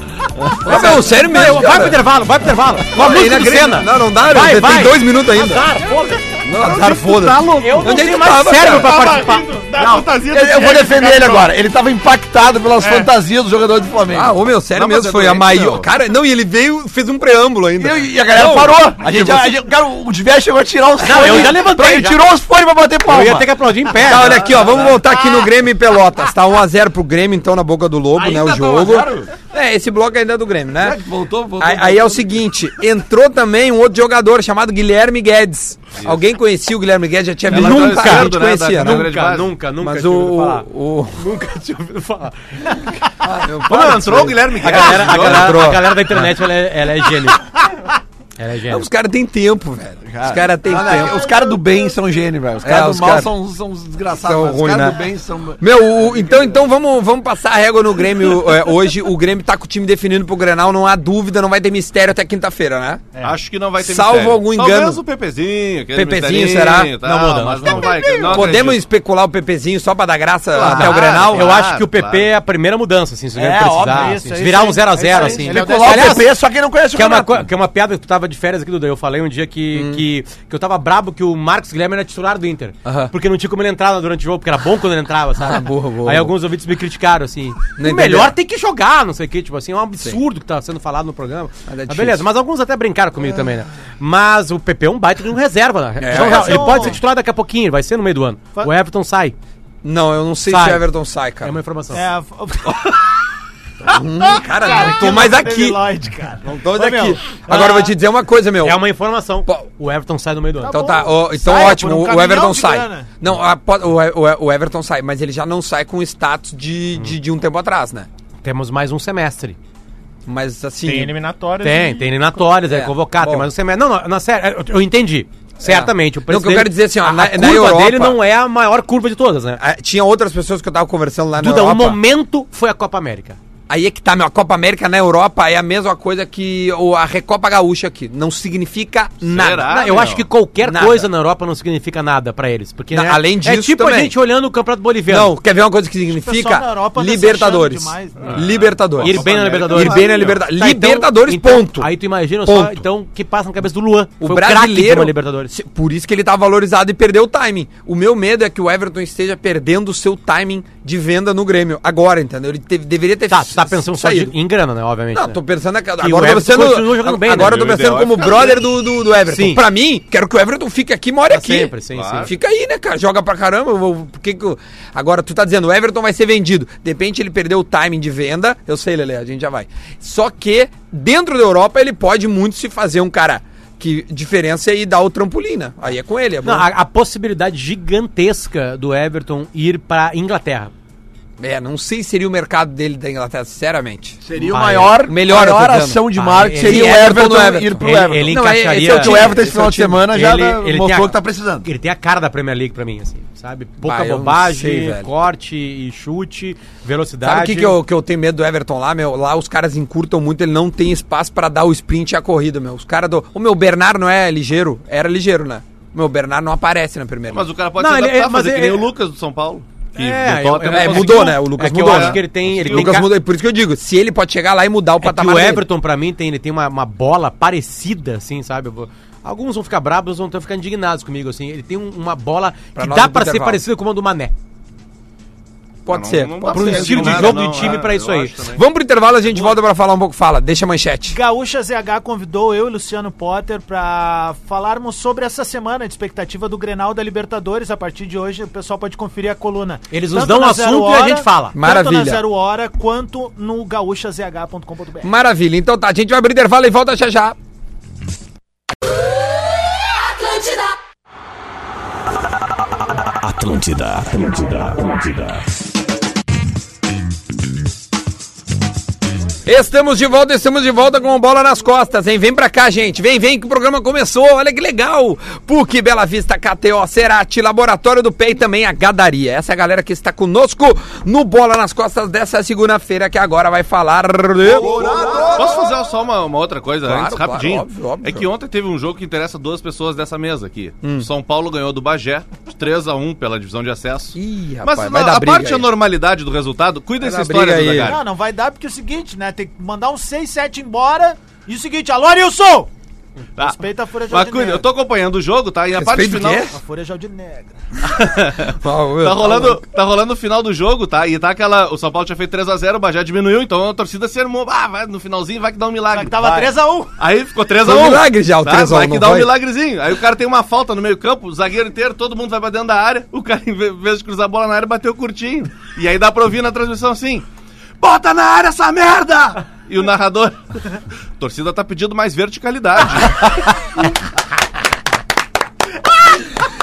ô, meu, sério mesmo, Vai pro cara. intervalo, vai pro intervalo. Uma Ainda música do acredito. Senna. Não, não dá, Vai, você vai. tem dois minutos ainda. Azar, foda-se. Não, azar, foda-se. Tá louco. Eu Onde não é que tenho tu mais tava, cara? cérebro pra Tava participar. rindo da Não, fantasia do Eu, eu vou Diego defender ele Gabigol. agora. Ele tava impactado pelas É. fantasias do jogador do Flamengo. Ah, ô meu, sério Não, mas mesmo, é foi a doente, maior. meu. Cara, não, e ele veio, fez um preâmbulo ainda. E, e a galera Não, parou. A gente, você- a gente- cara, o Diver chegou a tirar os fones. eu já levantei, Pra- Ele já. tirou os fones pra bater palma. Eu ia ter que aplaudir em pé. né? Tá, olha aqui, ó, vamos Ah. voltar aqui no Grêmio e Pelotas. Tá 1x0 pro Grêmio, então, na boca do Lobo, tá um né, o jogo. É, esse bloco ainda é do Grêmio, né? Voltou, voltou. um Aí, aí é o seguinte, entrou também um outro jogador chamado Guilherme Guedes. Alguém conhecia o Guilherme Guedes? Já tinha visto? tá lateral Nunca a esquerdo, gente né, da- conhecia, da tá né? grande base. nunca, Mas tinha ouvido o... falar. o... Nunca tinha ouvido falar. Pô, não, entrou o Guilherme A Guerra. galera, a Entrou. galera, a galera da internet, ela é, ela é gênio. Ela é Não, gênio. os caras têm tempo, velho. Os caras têm tempo. Os caras do bem são gênio, velho. Os É, caras do os mal cara- são, são os desgraçados. São mas ruim, os caras né? do bem são. Meu, o- então, então vamos, vamos passar a régua no Grêmio é, hoje. O Grêmio tá com o time definido pro Grenal, não há dúvida, não vai ter mistério até quinta-feira, né? É. Acho que não vai ter Salvo mistério. algum Talvez engano. o Pepezinho. aquele Pepezinho, misterinho será? e tal, Não muda, Mas não. não vai. que eu não Podemos acredito. especular o Pepezinho só pra dar graça Ah, Claro, até o Grenal? Eu Claro, acho que o PP claro. é a primeira mudança, assim, se o Grêmio É, precisar. óbvio, assim, isso, se é virar isso um aí, 0x0, é isso aí. assim. Ele é o Colar Aliás, o PP, só quem não conhece o Que é, uma, Renato. co- que é uma piada que tu tava de férias aqui, Dudu. Eu falei um dia que, Hum. que, que eu tava brabo que o Marcos Guilherme era titular do Inter. Aham. Porque não tinha como ele entrar durante o jogo, porque era bom quando ele entrava, sabe? Ah, boa, boa. Aí alguns ouvintes me criticaram, assim. Não o entenderam. melhor tem que jogar, não sei o quê. Tipo assim, é um absurdo que tá sendo falado no programa. é Mas difícil. beleza, mas alguns até brincaram comigo também, né? Mas o PP é um baita de um reserva, né? É, Joga- esse é Tá ele um- pode ser titular daqui a pouquinho, vai ser no meio do ano. Fa- O Everton sai. É Não, eu não sei Sai. É se o Everton sai, cara. É uma informação. É, Cara, não tô mais aqui. Lloyd, cara. Não tô mais Ô, meu, aqui. Agora eu Ah. vou te dizer uma coisa, meu. É uma informação. Pô. O Everton sai no meio do ano. Então tá, bom. ó, então Saia ótimo, por um o caminhão Everton de sai. grana. Não, a- po- o, o- o Everton sai, mas ele já não sai com o status de, de, de um tempo atrás, né? Temos mais um semestre. Mas assim. Tem eliminatórias. Tem, tem eliminatórias, é, É, convocado, bom. É. tem mais um semestre. Não, não, na série, eu, eu entendi. Certamente. Não, o que eu dele- quero dizer assim, ó, a, na- a na curva Europa- dele não é a maior curva de todas, né? ah, Tinha outras pessoas que eu tava conversando lá na Duda, o Europa. momento foi a Copa América. Aí é que tá, meu. A Copa América na Europa é a mesma coisa que o- a Recopa Gaúcha aqui. Não significa nada. Será? Ah, Não, eu meu. acho que qualquer Nada. coisa na Europa não significa nada pra eles. Porque Na- né, além é disso tipo a também. gente olhando o Campeonato Boliviano. Não, quer ver uma coisa que pessoal na significa? Europa tá se Libertadores. achando demais, né? Libertadores. Ir bem na Libertadores. Ir bem na Libertadores. Tá, então- Libertadores, então- ponto. Aí tu imagina só, Ponto. então, que passa na cabeça do Luan. O Foi craque de brasileiro. uma Libertadores. se- Por isso que ele tá valorizado e perdeu o timing. O meu medo é que o Everton esteja perdendo o seu timing de venda no Grêmio. Agora, entendeu? Ele teve- deveria ter Tá, s- tu tá pensando só saído. de- em grana, né? Obviamente. Não, né? tô pensando. que- o Agora eu tô Everton continua pensando. jogando bem, né? Agora eu tô O ideal pensando é como ficar brother do, do, do Everton. Sim. Pra mim, quero que o Everton fique aqui e more Pra aqui. sempre, sim, Claro. sim. Fica aí, né, cara? Joga pra caramba. eu vou- Por que que eu- Agora, tu tá dizendo, o Everton vai ser vendido. De repente ele perdeu o timing de venda. Eu sei, Lele, a gente já vai. Só que, dentro da Europa, ele pode muito se fazer um cara. Que diferença é ir dar o trampolim, né? Aí é com ele, é bom. Não, a, a possibilidade gigantesca do Everton ir pra Inglaterra. É, não sei se seria o mercado dele da Inglaterra, sinceramente. Seria o o maior- maior, melhor, eu tô maior dizendo. ação de Ah, marketing ele- seria o ele- Everton, Everton, Everton. ir pro Ele- Everton. ele Não, é- encaixaria... esse é o que o Everton esse final de time. semana já Ele- dá- ele tem mostrou a- que tá precisando. Ele tem a cara da Premier League pra mim, assim, sabe? Pouca Bah, eu não sei, bobagem, velho. corte e chute, velocidade. Sabe o que, que, eu, que eu tenho medo do Everton lá, meu? Lá os caras encurtam muito, ele não tem espaço pra dar o sprint e a corrida, meu. Os caras do. O meu Bernard não é ligeiro? Era ligeiro, né? O meu Bernard não aparece na primeira. Mas o cara pode Não, se ele- adaptar, é, mas fazer que é- nem o Lucas do São Paulo. que do Tottenham É, eu- é, é, conseguiu. mudou, né? O Lucas É que eu mudou. acho né? que ele tem... Ele o tem Lucas ca- mudou. Por isso que eu digo, se ele pode chegar lá e mudar o É que patamar o dele. Everton, pra mim, tem, ele tem uma, uma bola parecida, assim, sabe? Eu vou- Alguns vão ficar bravos, vão ficar indignados comigo, assim. Ele tem um- uma bola Pra que nós dá é pro pra ser intervalo. parecida com a do Mané. Pode Ah, Não- ser. um não pode dá ser. pro certo, estilo de não, jogo não, de time é, pra isso eu aí. acho também. Vamos pro intervalo, a gente volta pra falar um pouco. Fala, deixa a manchete. Gaúcha ZH convidou eu e Luciano Potter para falarmos sobre essa semana de expectativa do Grenal da Libertadores. A partir de hoje, o pessoal pode conferir a coluna. Eles nos Tanto dão na um assunto Zero e a gente fala. Maravilha. Tanto na Zero Hora quanto no gaúchazh.com.br. Maravilha. Então tá, a gente vai pro intervalo e volta já já. Atlântida, Atlântida, Atlântida. Estamos de volta, estamos de volta com bola nas costas, hein? Vem pra cá, gente. Vem, vem que o programa começou. Olha que legal. PUC, Bela Vista, KTO, Cerati, Laboratório do Pé e também a Gadaria. Essa é a galera que está conosco no Bola nas Costas dessa segunda-feira que agora vai falar... Posso fazer só uma, uma outra coisa Claro, antes, claro, rapidinho? óbvio, óbvio. Hum. É que ontem teve um jogo que interessa duas pessoas dessa mesa aqui. São Paulo ganhou do Bagé, 3x1 pela divisão de acesso. Ih, Mas rapaz, a, vai dar a briga parte aí. da normalidade do resultado, cuida Vai essa dar briga história do aí. Zagari. Não, não vai dar porque é o seguinte, né? Tem que mandar uns 6, 7 embora. E o seguinte, alô, Nilson! Ah. Tá. Respeita a Folha de Mas cuida, eu tô acompanhando o jogo, tá? E a parte Respeito o final. quê? A Folha de Negra. Tá rolando, tá rolando o final do jogo, tá? E tá aquela. O São Paulo tinha feito 3x0, o Bagé diminuiu, então a torcida se armou. Ah, vai no finalzinho, vai que dá um Só milagre. Tá que tava Vai. 3x1. Aí ficou Foi 3x1. um milagre já o 3 a 1, Vai que não dá um foi? milagrezinho. Aí o cara tem uma falta no meio-campo, o zagueiro inteiro, todo mundo vai pra dentro da área. O cara, em ve- vez de cruzar a bola na área, bateu curtinho. E aí dá pra ouvir na transmissão assim: Bota na área essa merda! E o narrador. Torcida tá pedindo mais verticalidade.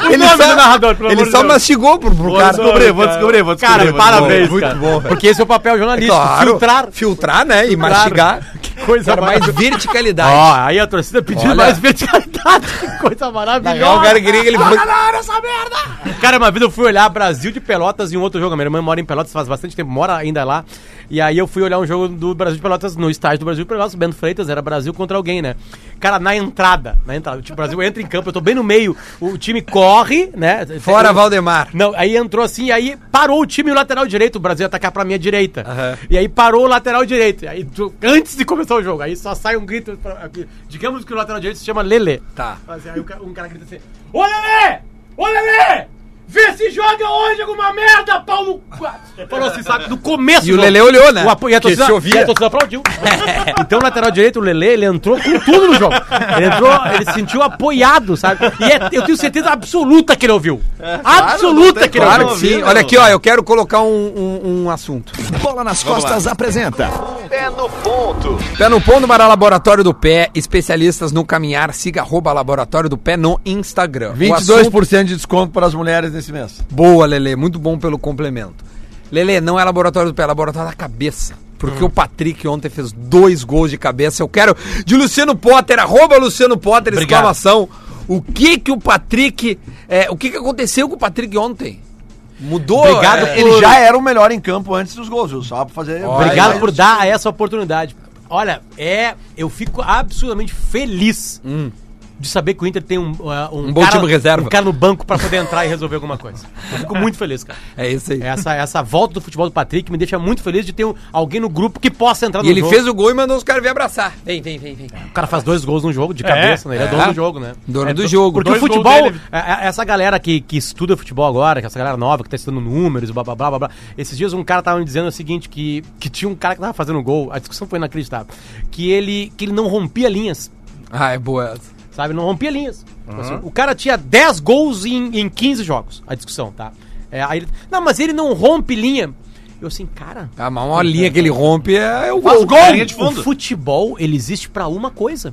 Ele nome só, do narrador, pelo ele amor de só Deus. mastigou pro, pro cara. descobrir, vou descobrir, vou descobrir. Cara, vou parabéns, descobrir. cara. bom, velho. Porque esse é o papel jornalístico, Claro. filtrar. Filtrar, né? E mastigar. Que coisa Cara, mais mais... Ó, verticalidade. aí a torcida pediu Olha. mais verticalidade. Tá, Que coisa Legal, o cara maravilhosa. queria que ele fosse... Cara, uma vez eu fui olhar Brasil de Pelotas em um outro jogo. A minha irmã mora em Pelotas faz bastante tempo, mora ainda lá. E aí eu fui olhar um jogo do Brasil de Pelotas no estádio do Brasil de Pelotas, Bento Freitas, era Brasil contra alguém, né? Cara, na entrada, na entrada, tipo, o Brasil entra em campo, eu tô bem no meio, o time corre, né? Fora Eu- Valdemar. não, aí entrou assim, aí parou o time e o lateral direito, o Brasil ia atacar pra minha direita. E aí parou o lateral direito. E Aí, tu- antes de começar o jogo, aí só sai um grito. pra- aqui. digamos que o lateral direito se chama Lele. Tá. Mas aí o ca- um cara grita assim: Ô Lele! Ô Lele! Vê se joga hoje alguma merda, Paulo! Falou assim, sabe? No começo E o do Lele jogo. olhou, né? O apo... e, a Porque torcida, se ouvia. e a torcida aplaudiu. então, o lateral direito, o Lele, ele entrou com tudo no jogo. Ele entrou, ele se sentiu apoiado, sabe? E é- eu tenho certeza absoluta que ele ouviu. É, absoluta não tem que ele Claro ouviu. que sim. Olha aqui, ó, eu quero colocar um, um, um assunto. Bola nas costas apresenta. Pé no ponto para Laboratório do Pé, especialistas no caminhar, siga arroba Laboratório do Pé no Instagram. O 22% de desconto para as mulheres nesse mês. Boa, Lele, muito bom pelo complemento. Lele, não é laboratório do pé, é laboratório da cabeça. Porque o Patrick ontem fez dois gols de cabeça. Eu quero de Luciano Potter, arroba Luciano Potter, exclamação. O que que o Patrick. é, o que que aconteceu com o Patrick ontem? Mudou. Obrigado é, Ele já era o melhor em campo antes dos gols, viu? Só pra fazer. Obrigado Mas- por dar essa oportunidade. Olha, é, eu fico absurdamente feliz de saber que o Inter tem um, uh, Hum. Um bom time reserva. um cara no banco pra poder entrar e resolver alguma coisa. Eu fico muito feliz, cara. É isso aí. Essa, essa volta do futebol do Patrick me deixa muito feliz de ter um- alguém no grupo que possa entrar E no ele jogo. fez o gol e mandou os caras vir abraçar. Vem, vem, vem, vem. O cara faz dois gols no jogo de cabeça, né? Ele é, dono do jogo, né? Dono É, do jogo. Porque Dois o gols futebol, dele. é, é, essa galera que, que estuda futebol agora, que essa galera nova que tá estudando números, blá blá blá blá blá. Esses dias um cara tava me dizendo o seguinte: que, que tinha um cara que tava fazendo gol, a discussão foi inacreditável, que ele, que ele não rompia linhas. Ah, é boa essa. Sabe? Não rompia linhas. Tipo assim, o cara tinha 10 gols em, em 15 jogos. A discussão, tá? É, aí ele, não, mas ele não rompe linha. Eu assim, cara. Ah, mas uma linha que ele rompe é, é o Faz gol. gol! Linha de O fundo. futebol, ele existe pra uma coisa.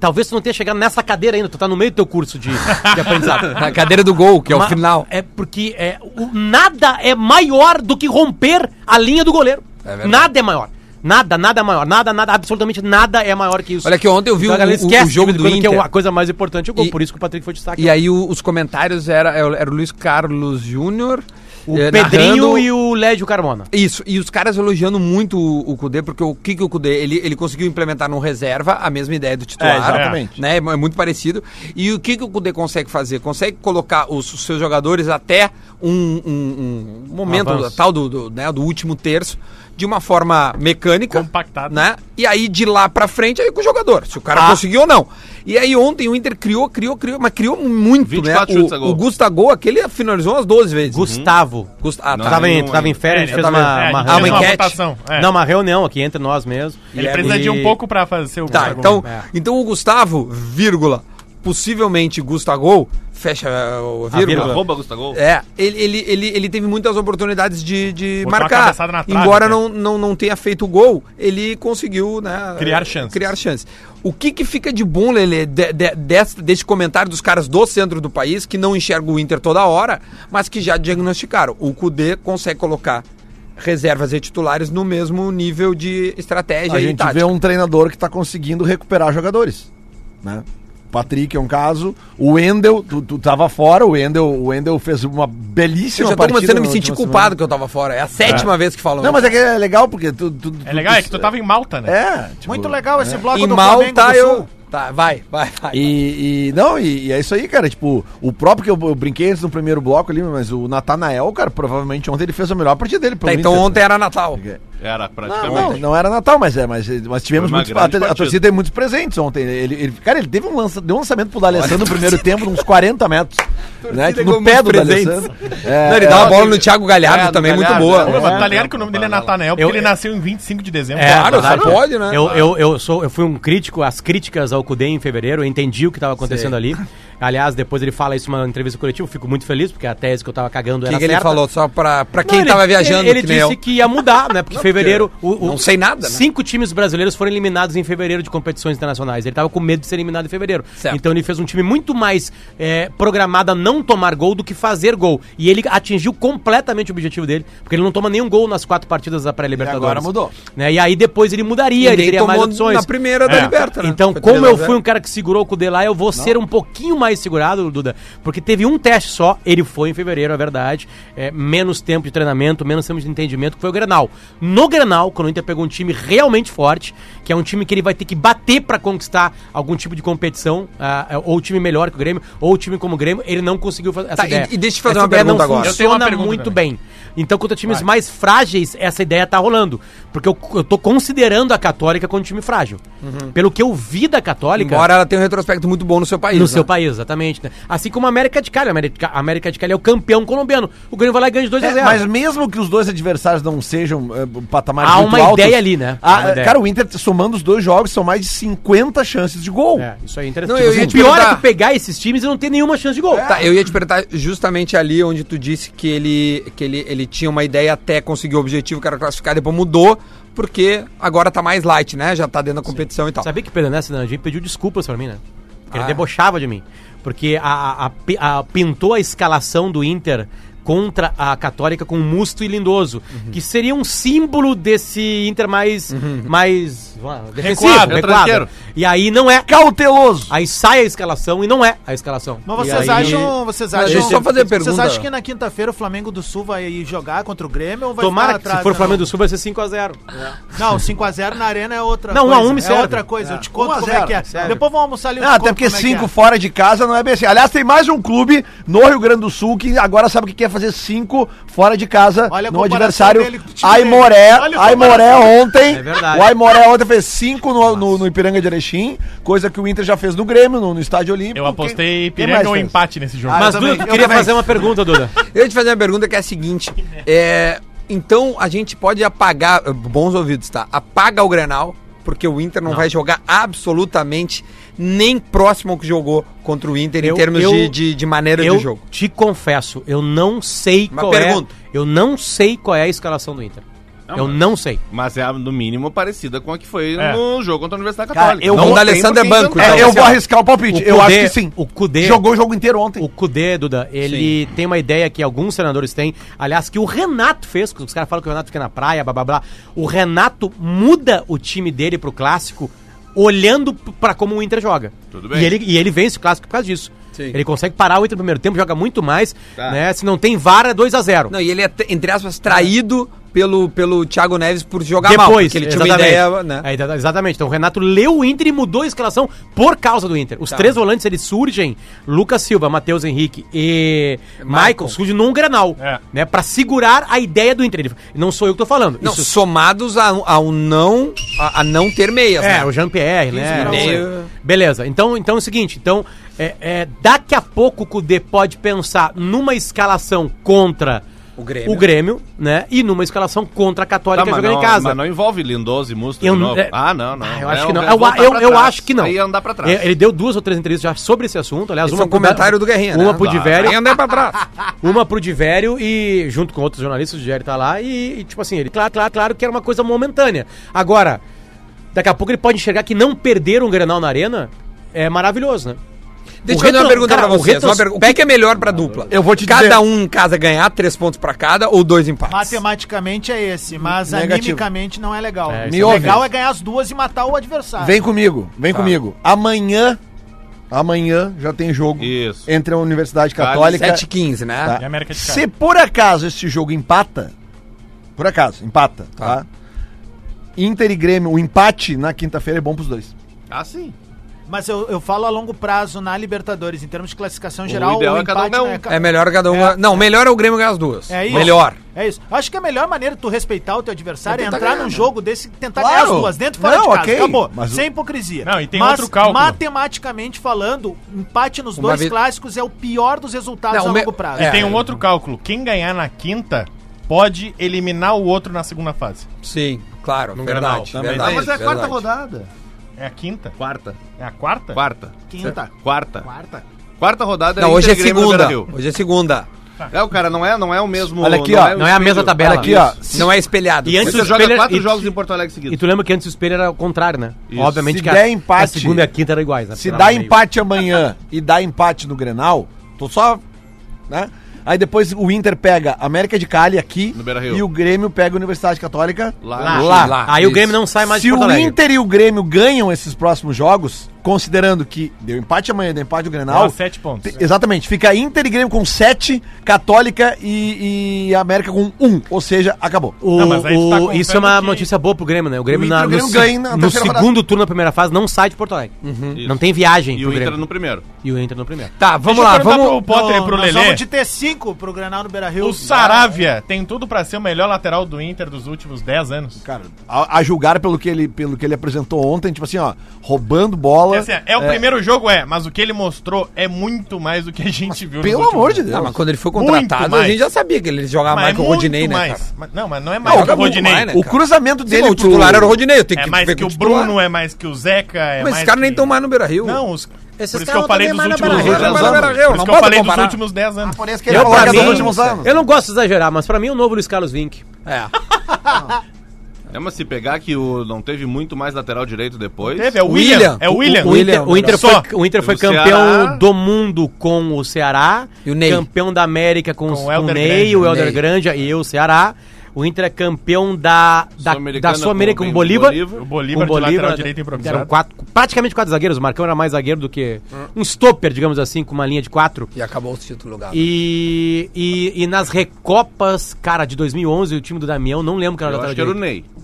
Talvez tu não tenha chegado nessa cadeira ainda, tu tá no meio do teu curso de, de aprendizado. Na cadeira do gol, que é o Ma- final. É porque é, o- nada é maior do que romper a linha do goleiro. verdade. nada é maior. Nada, nada é maior. Nada, nada, absolutamente nada é maior que isso. Olha que ontem eu vi Então a o- galera o- o esquece de jogo vez em do quando que Inter. é a coisa mais importante é o gol. E- por isso que o Patrick foi destaque. E aí o- os comentários era, era o Luiz Carlos Júnior. o eh, Pedrinho narrando- e o Lédio Carmona. Uhum. Isso, e os caras elogiando muito o, o Kudê, porque o que, que o Kudê, ele, ele conseguiu implementar no reserva a mesma ideia do titular. É, exatamente. Né, é muito parecido. E o que, que o Kudê consegue fazer? Consegue colocar os, os seus jogadores até um, um- um momento Avanço. tal do, do, né, do último terço de uma forma mecânica. Compactado. Né? E aí de lá pra frente aí com o jogador, se o cara conseguiu ou não. E aí ontem o Inter criou, criou, criou, mas criou muito, né? 24 chutes a O, gol. o Gustavo, aquele finalizou umas 12 vezes. Gustavo. Gusta- ah, Tu tá. tava, em, tu não, tava em férias, a gente É, fez ele uma, Ah, tava- é, uma ele fez uma reunião. enquete. votação, é. Não, uma reunião aqui entre nós mesmo. Ele precisa de um pouco pra fazer o Tá, gol. então, então o Gustavo, vírgula, possivelmente Gustavo, fecha eh, o Ah, vírgula. vírgula. Arroba Gustavo. É, ele, ele, ele, ele teve muitas oportunidades de, de Botou uma marcar. cabeçada na trave, Embora né? não, não, não tenha feito o gol, ele conseguiu né, Criar eh, chances. criar chances. O que, que fica de bom, Lele, de, de- desse, desse comentário dos caras do centro do país, que não enxergam o Inter toda hora, mas que já diagnosticaram. O Cudê consegue colocar reservas e titulares no mesmo nível de estratégia A e gente tática. vê um treinador que tá conseguindo recuperar jogadores, né? Patrick é um caso, o Wendel, tu, tu tava fora, o Wendel, o Wendel fez uma Eu belíssima já tô partida. começando a me na sentir última culpado semana. que eu tava fora. É a sétima vez que falam. Não, mas é que é legal porque tu... tu- É legal, é que tu tava em Malta, né? É, tipo, Muito legal esse bloco em é do mal Flamengo tá do eu. Sul. Tá, vai, vai, vai. E, e- não, e, e é isso aí, cara. Tipo, o próprio que eu, eu brinquei antes no primeiro bloco ali, mas o Natanael, cara, provavelmente ontem ele fez a melhor partida dele. pelo Tá, então Inter, ontem era Natal. né? Era Não, praticamente. não, não era Natal, mas é, mas, mas Ah, tivemos Foi uma muitos. A, grande a partida. torcida teve muitos presentes ontem. Ele, ele- cara, ele teve um, lança, deu um lançamento pro D'Alessandro no primeiro tempo, uns 40 metros. Né, é tipo, ganhou no pé do muitos presentes. D'Alessandro. É, Não, ele é, dá uma ó, bola no Thiago Galhardo é, também, Galhardo, muito boa. é. Pô, mas É, tá ligado que o nome dele é Natanael, porque Eu- ele nasceu em 25 de dezembro. É, Claro, claro. só pode, né? Eu, eu, eu, sou, eu fui um crítico, as críticas ao Cudê em fevereiro, eu entendi o que estava acontecendo ali. Aliás, depois ele fala isso numa entrevista coletiva, eu fico muito feliz, porque a tese que eu tava cagando O era que, que ele certa. falou? Só pra, pra Não, quem ele- tava viajando, Ele, ele que nem disse eu. que ia mudar, né? Porque em fevereiro. O, o- não sei nada, né? Cinco times brasileiros foram eliminados em fevereiro de competições internacionais. Ele tava com medo de ser eliminado em fevereiro. Certo. Então ele fez um time muito mais é, programado a não tomar gol do que fazer gol. E ele atingiu completamente o objetivo dele, porque ele não toma nenhum gol nas quatro partidas da pré-Libertadores. E agora mudou. Né? E aí depois ele mudaria, ele Ninguém teria mais tomou opções. na primeira da É. Liberta, né? Então, Foi como 3 a eu 0. fui um cara que segurou o Kudê lá, eu vou ser um pouquinho mais segurado, Duda, porque teve um teste só, ele foi em fevereiro, é verdade, é, menos tempo de treinamento, menos tempo de entendimento, que foi o Grenal. No Grenal, quando o Inter pegou um time realmente forte, que é um time que ele vai ter que bater pra conquistar algum tipo de competição, ah, ou time melhor que o Grêmio, ou time como o Grêmio, ele não conseguiu fazer essa Tá, e- ideia. e deixa eu te fazer Essa uma ideia não pergunta agora. Eu tenho uma Funciona pergunta muito também. bem. Então, contra times mais frágeis, essa ideia tá rolando. Porque eu, eu tô considerando a Católica como um time frágil. Pelo que eu vi da Católica. Uhum. Embora ela tenha um retrospecto muito bom no seu país. No né? seu país, exatamente. né? Assim como a América de Cali. A América, a América de Cali é o campeão colombiano. O Grêmio vai lá e ganha de 2 a 0 É, mas mesmo que os dois adversários não sejam é, patamares Há muito uma altos, ideia ali, né? Há a- uma ideia. Cara, o Inter somando os dois jogos são mais de 50 chances de gol. É, isso aí é Não, interessante. eu Tipo assim, ia o te pior é perguntar- tu pegar esses times e não ter nenhuma chance de gol. Tá, eu ia te perguntar justamente ali onde tu disse que ele, que ele, ele tinha uma ideia até conseguir o objetivo, que era classificar, depois mudou, porque agora tá mais light, né? Já tá dentro da competição e tal. Sabia que Pedro Nessa Nandinho pediu desculpas pra mim, né? Ele Ah. debochava de mim. Porque a, a- a pe- a- pintou a escalação do Inter contra a Católica com Musto e Lindoso, que seria um símbolo desse Inter mais. mais. vamos lá, defensivo, Recuado, recuado. retranqueiro. E aí não é. Cauteloso! Aí sai a escalação e não é a escalação. Mas E vocês aí- acham. Vocês Mas acham. deixa eu só fazer a Vocês pergunta. acham que na quinta-feira o Flamengo do Sul vai jogar contra o Grêmio ou vai Tomara ficar que se atrás, for né? Flamengo do Sul vai ser 5x0. Não, 5x0 na arena é outra Não, um a coisa. um me É serve. outra coisa. Eu te conto Um a como é zero, que é. serve. Depois vamos almoçar ali eu Ah, Não, te Ah, até conto porque como é que cinco é. fora de casa não é bem assim. Aliás, tem mais um clube no Rio Grande do Sul que agora sabe o que quer fazer cinco fora de casa Olha a no comparação adversário dele com o time Aimoré. dele. Olha a Aimoré ontem. É verdade. O Aimoré ontem fez cinco no, no, no Ipiranga de Erechim, coisa que o Inter já fez no Grêmio, no, no Estádio Olímpico. Eu apostei Quem- quem Ipiranga mais ou fez? empate nesse jogo. Ah, Mas, também, Duda, tu eu queria também. fazer uma pergunta, Duda. Eu ia te fazer uma pergunta que é a seguinte: é, então a gente pode apagar, bons ouvidos, tá? Apaga o Grenal, porque o Inter não, vai jogar absolutamente nem próximo ao que jogou contra o Inter Eu- em termos eu- de, de, de maneira Eu de jogo. te confesso, eu não sei Uma qual pergunta. é. Eu não sei qual é a escalação do Inter. eu não sei. Mas é, no mínimo, parecida com a que foi É. no jogo contra a Universidade Cara, Católica. eu Não, vou- o da tem Alessandro é porque banco, inventar. É, eu vou arriscar o palpite. eu acho Kudê- que sim. O Cudê, Jogou o jogo inteiro ontem. o Cudê, Duda, ele tem uma ideia que alguns senadores têm, aliás, que o Renato fez, que os caras falam que o Renato fica na praia, blá blá blá. O Renato muda o time dele pro clássico olhando p- pra como o Inter joga. Tudo bem. E ele, e ele vence o clássico por causa disso. Sim. Ele consegue parar o Inter no primeiro tempo, joga muito mais, Tá. né? Se não tem vara, é 2 a 0 Não, e ele é, te- entre aspas, traído pelo, pelo Thiago Neves por jogar mal. Depois, Porque ele tinha uma ideia, né? É, exa- exatamente. Então o Renato leu o Inter e mudou a escalação por causa do Inter. Os Tá. três volantes eles surgem, Lucas Silva, Matheus Henrique e Michael, Michael. surge num granal, É. né, para segurar a ideia do Inter. Ele- não sou eu que tô falando. Não, Isso- somados a- ao não, a, a não ter meias, é, né? o Jean-Pierre, né? Isso, não sei. meio- Beleza. Então, então é o seguinte, então é, é, daqui a pouco o Cudê pode pensar numa escalação contra O Grêmio. né? E numa escalação contra a Católica Tá, mas, jogando não, em casa. mas não envolve Lindoso e Musto Eu de não- novo. é- ah, não, não. Ah, eu acho É, que não. é Eu, voltar eu, pra eu trás. acho que não. É, Aí andar pra trás. Ele, ele deu duas ou três entrevistas já sobre esse assunto. Aliás, Esse uma é um comentário do Guerrinha, Uma né? pro Divério, Aí andei pra trás. uma pro Divério e junto com outros jornalistas, o Divério tá lá e, e, tipo assim, ele claro, claro, claro que era uma coisa momentânea. Agora, daqui a pouco ele pode enxergar que não perder um Grenal na arena é maravilhoso, né? Deixa O eu fazer retro- uma pergunta cara, pra o vocês. uma retros- pergunta. O que, que é melhor pra dupla? Eu vou te Cada dizer. um em casa ganhar três pontos pra cada ou dois empates? Matematicamente é esse, mas Negativo. animicamente não é legal. É, O isso é legal horrível. é ganhar as duas e matar o adversário. Vem comigo, vem comigo. Amanhã, amanhã já tem jogo Isso. entre a Universidade Cali, Católica 7 e 15, né? Tá. E É América de Cali. Se por acaso esse jogo empata, por acaso, empata, tá? Inter e Grêmio, o empate na quinta-feira é bom pros dois. Ah, sim. Mas eu, eu falo a longo prazo na Libertadores, em termos de classificação geral, ideal é cada um ganhar um. ca- É melhor cada um. Não, melhor é o Grêmio ganhar as duas. Tá. É isso. Melhor. É isso. Eu Acho que a melhor maneira de tu respeitar o teu adversário é tentar entrar ganhar, num né? jogo desse e tentar Claro. ganhar as duas, dentro e fora Não, de casa. ok, Acabou. mas o- Sem hipocrisia. Não, e tem outro cálculo. matematicamente falando, empate nos Uma dois vez- clássicos é o pior dos resultados Não, a o me- longo prazo. E É. tem um outro cálculo. Quem ganhar na quinta pode eliminar o outro na segunda fase. Sim, claro. verdade. Grenal, também. verdade, Ah, mas é a verdade. quarta rodada. É a quinta? Quarta. É a quarta? Quarta. Quinta, Quarta. quarta. Quarta rodada Não, hoje é Inter e Grêmio no segunda. Beira-Rio. Hoje é segunda. É, o cara, não é, não é o mesmo. Olha aqui, ó. Não é a mesma espelho. tabela. Olha Aqui, ó. Não é espelhado. E antes Você o joga espelho- quatro e- jogos em Porto Alegre E seguidos. tu lembra que antes o espelho era o contrário, né? Isso. Obviamente Se que a- der empate- a segunda e a quinta eram iguais, né? Se Final dá meio. empate amanhã e dá empate no Grenal, tô só, né? Aí depois o Inter pega a América de Cali aqui No Beira-Rio. e o Grêmio pega a Universidade Católica Lá. lá, lá. lá. Aí o Isso. Grêmio não sai mais Se Porto o Alegre. Inter e o Grêmio ganham esses próximos jogos, considerando que deu empate amanhã, deu empate o Grenal. Dá É sete pontos. te- Exatamente. Fica Inter e Grêmio com 7, Católica e, e América com 1. Um, ou seja, acabou. O- Não, mas aí tu tá o- contando isso é uma que- notícia boa pro Grêmio, né? O Grêmio, O na, Inter, o Grêmio no, ganha na no terceira rodada. segundo turno da primeira fase não sai de Porto Alegre. Não tem viagem E pro o Inter Grêmio. no primeiro. E o Inter no primeiro. Tá, vamos Deixa eu lá, perguntar vamos. pro Potter e Nós pro Lelê. vamos de T5 pro Grenal no Beira-Rio. O Saravia tem tudo pra ser o melhor lateral do Inter dos últimos 10 anos. Cara, a, a julgar pelo que, ele, pelo que ele apresentou ontem, tipo assim, ó, roubando bola. É, assim, é o primeiro jogo, é, mas o que ele mostrou é muito mais do que a gente viu Pelo amor de Deus. Ah, Ah, mas quando ele foi Muito contratado, a mais. gente já sabia que ele jogava mais que o Rodinei, né? cara? Não, mas não é Não, mais que o joga muito Rodinei. mais, né? o cruzamento Sim, dele. mas o titular pro- era o Rodinei, eu tenho É que mais ver que com o titular. Bruno, é mais que o Zeca. É Mas mais esses caras nem que- estão mais no Beira Rio. Não, os... Esses por isso que caras eu falei não tão dos nem mais na últimos Beira-Rio, anos. né? Por isso que eu falei dos últimos 10 anos. Por isso que ele Eu, falou pra que é dos mim, últimos anos. eu não gosto de exagerar, mas pra mim é o novo Luiz Carlos Vink. É, mas se pegar que o não teve muito mais lateral direito depois. Teve, é o William. William. É o William. O Inter, o Inter Só. foi, o Inter foi O campeão Ceará- do mundo com o Ceará, E o Ney. campeão da América com, Com os- o com o Helder Ney, Granja. o Helder Ney. Granja e eu, o Ceará. O Inter é campeão da, da, Sul-Americana da Sul-América com com o o Bolívar. Bolívar. O com Bolívar, o de lateral Bolívar. direito eram improvisado. quatro, praticamente quatro zagueiros. O Marcão era mais zagueiro do que um stopper, digamos assim, com uma linha de quatro. E acabou o título, Galo. E, e, e nas recopas, cara, de 2011, o time do Damião, não lembro que era Eu lateral acho que era o direito. Ney.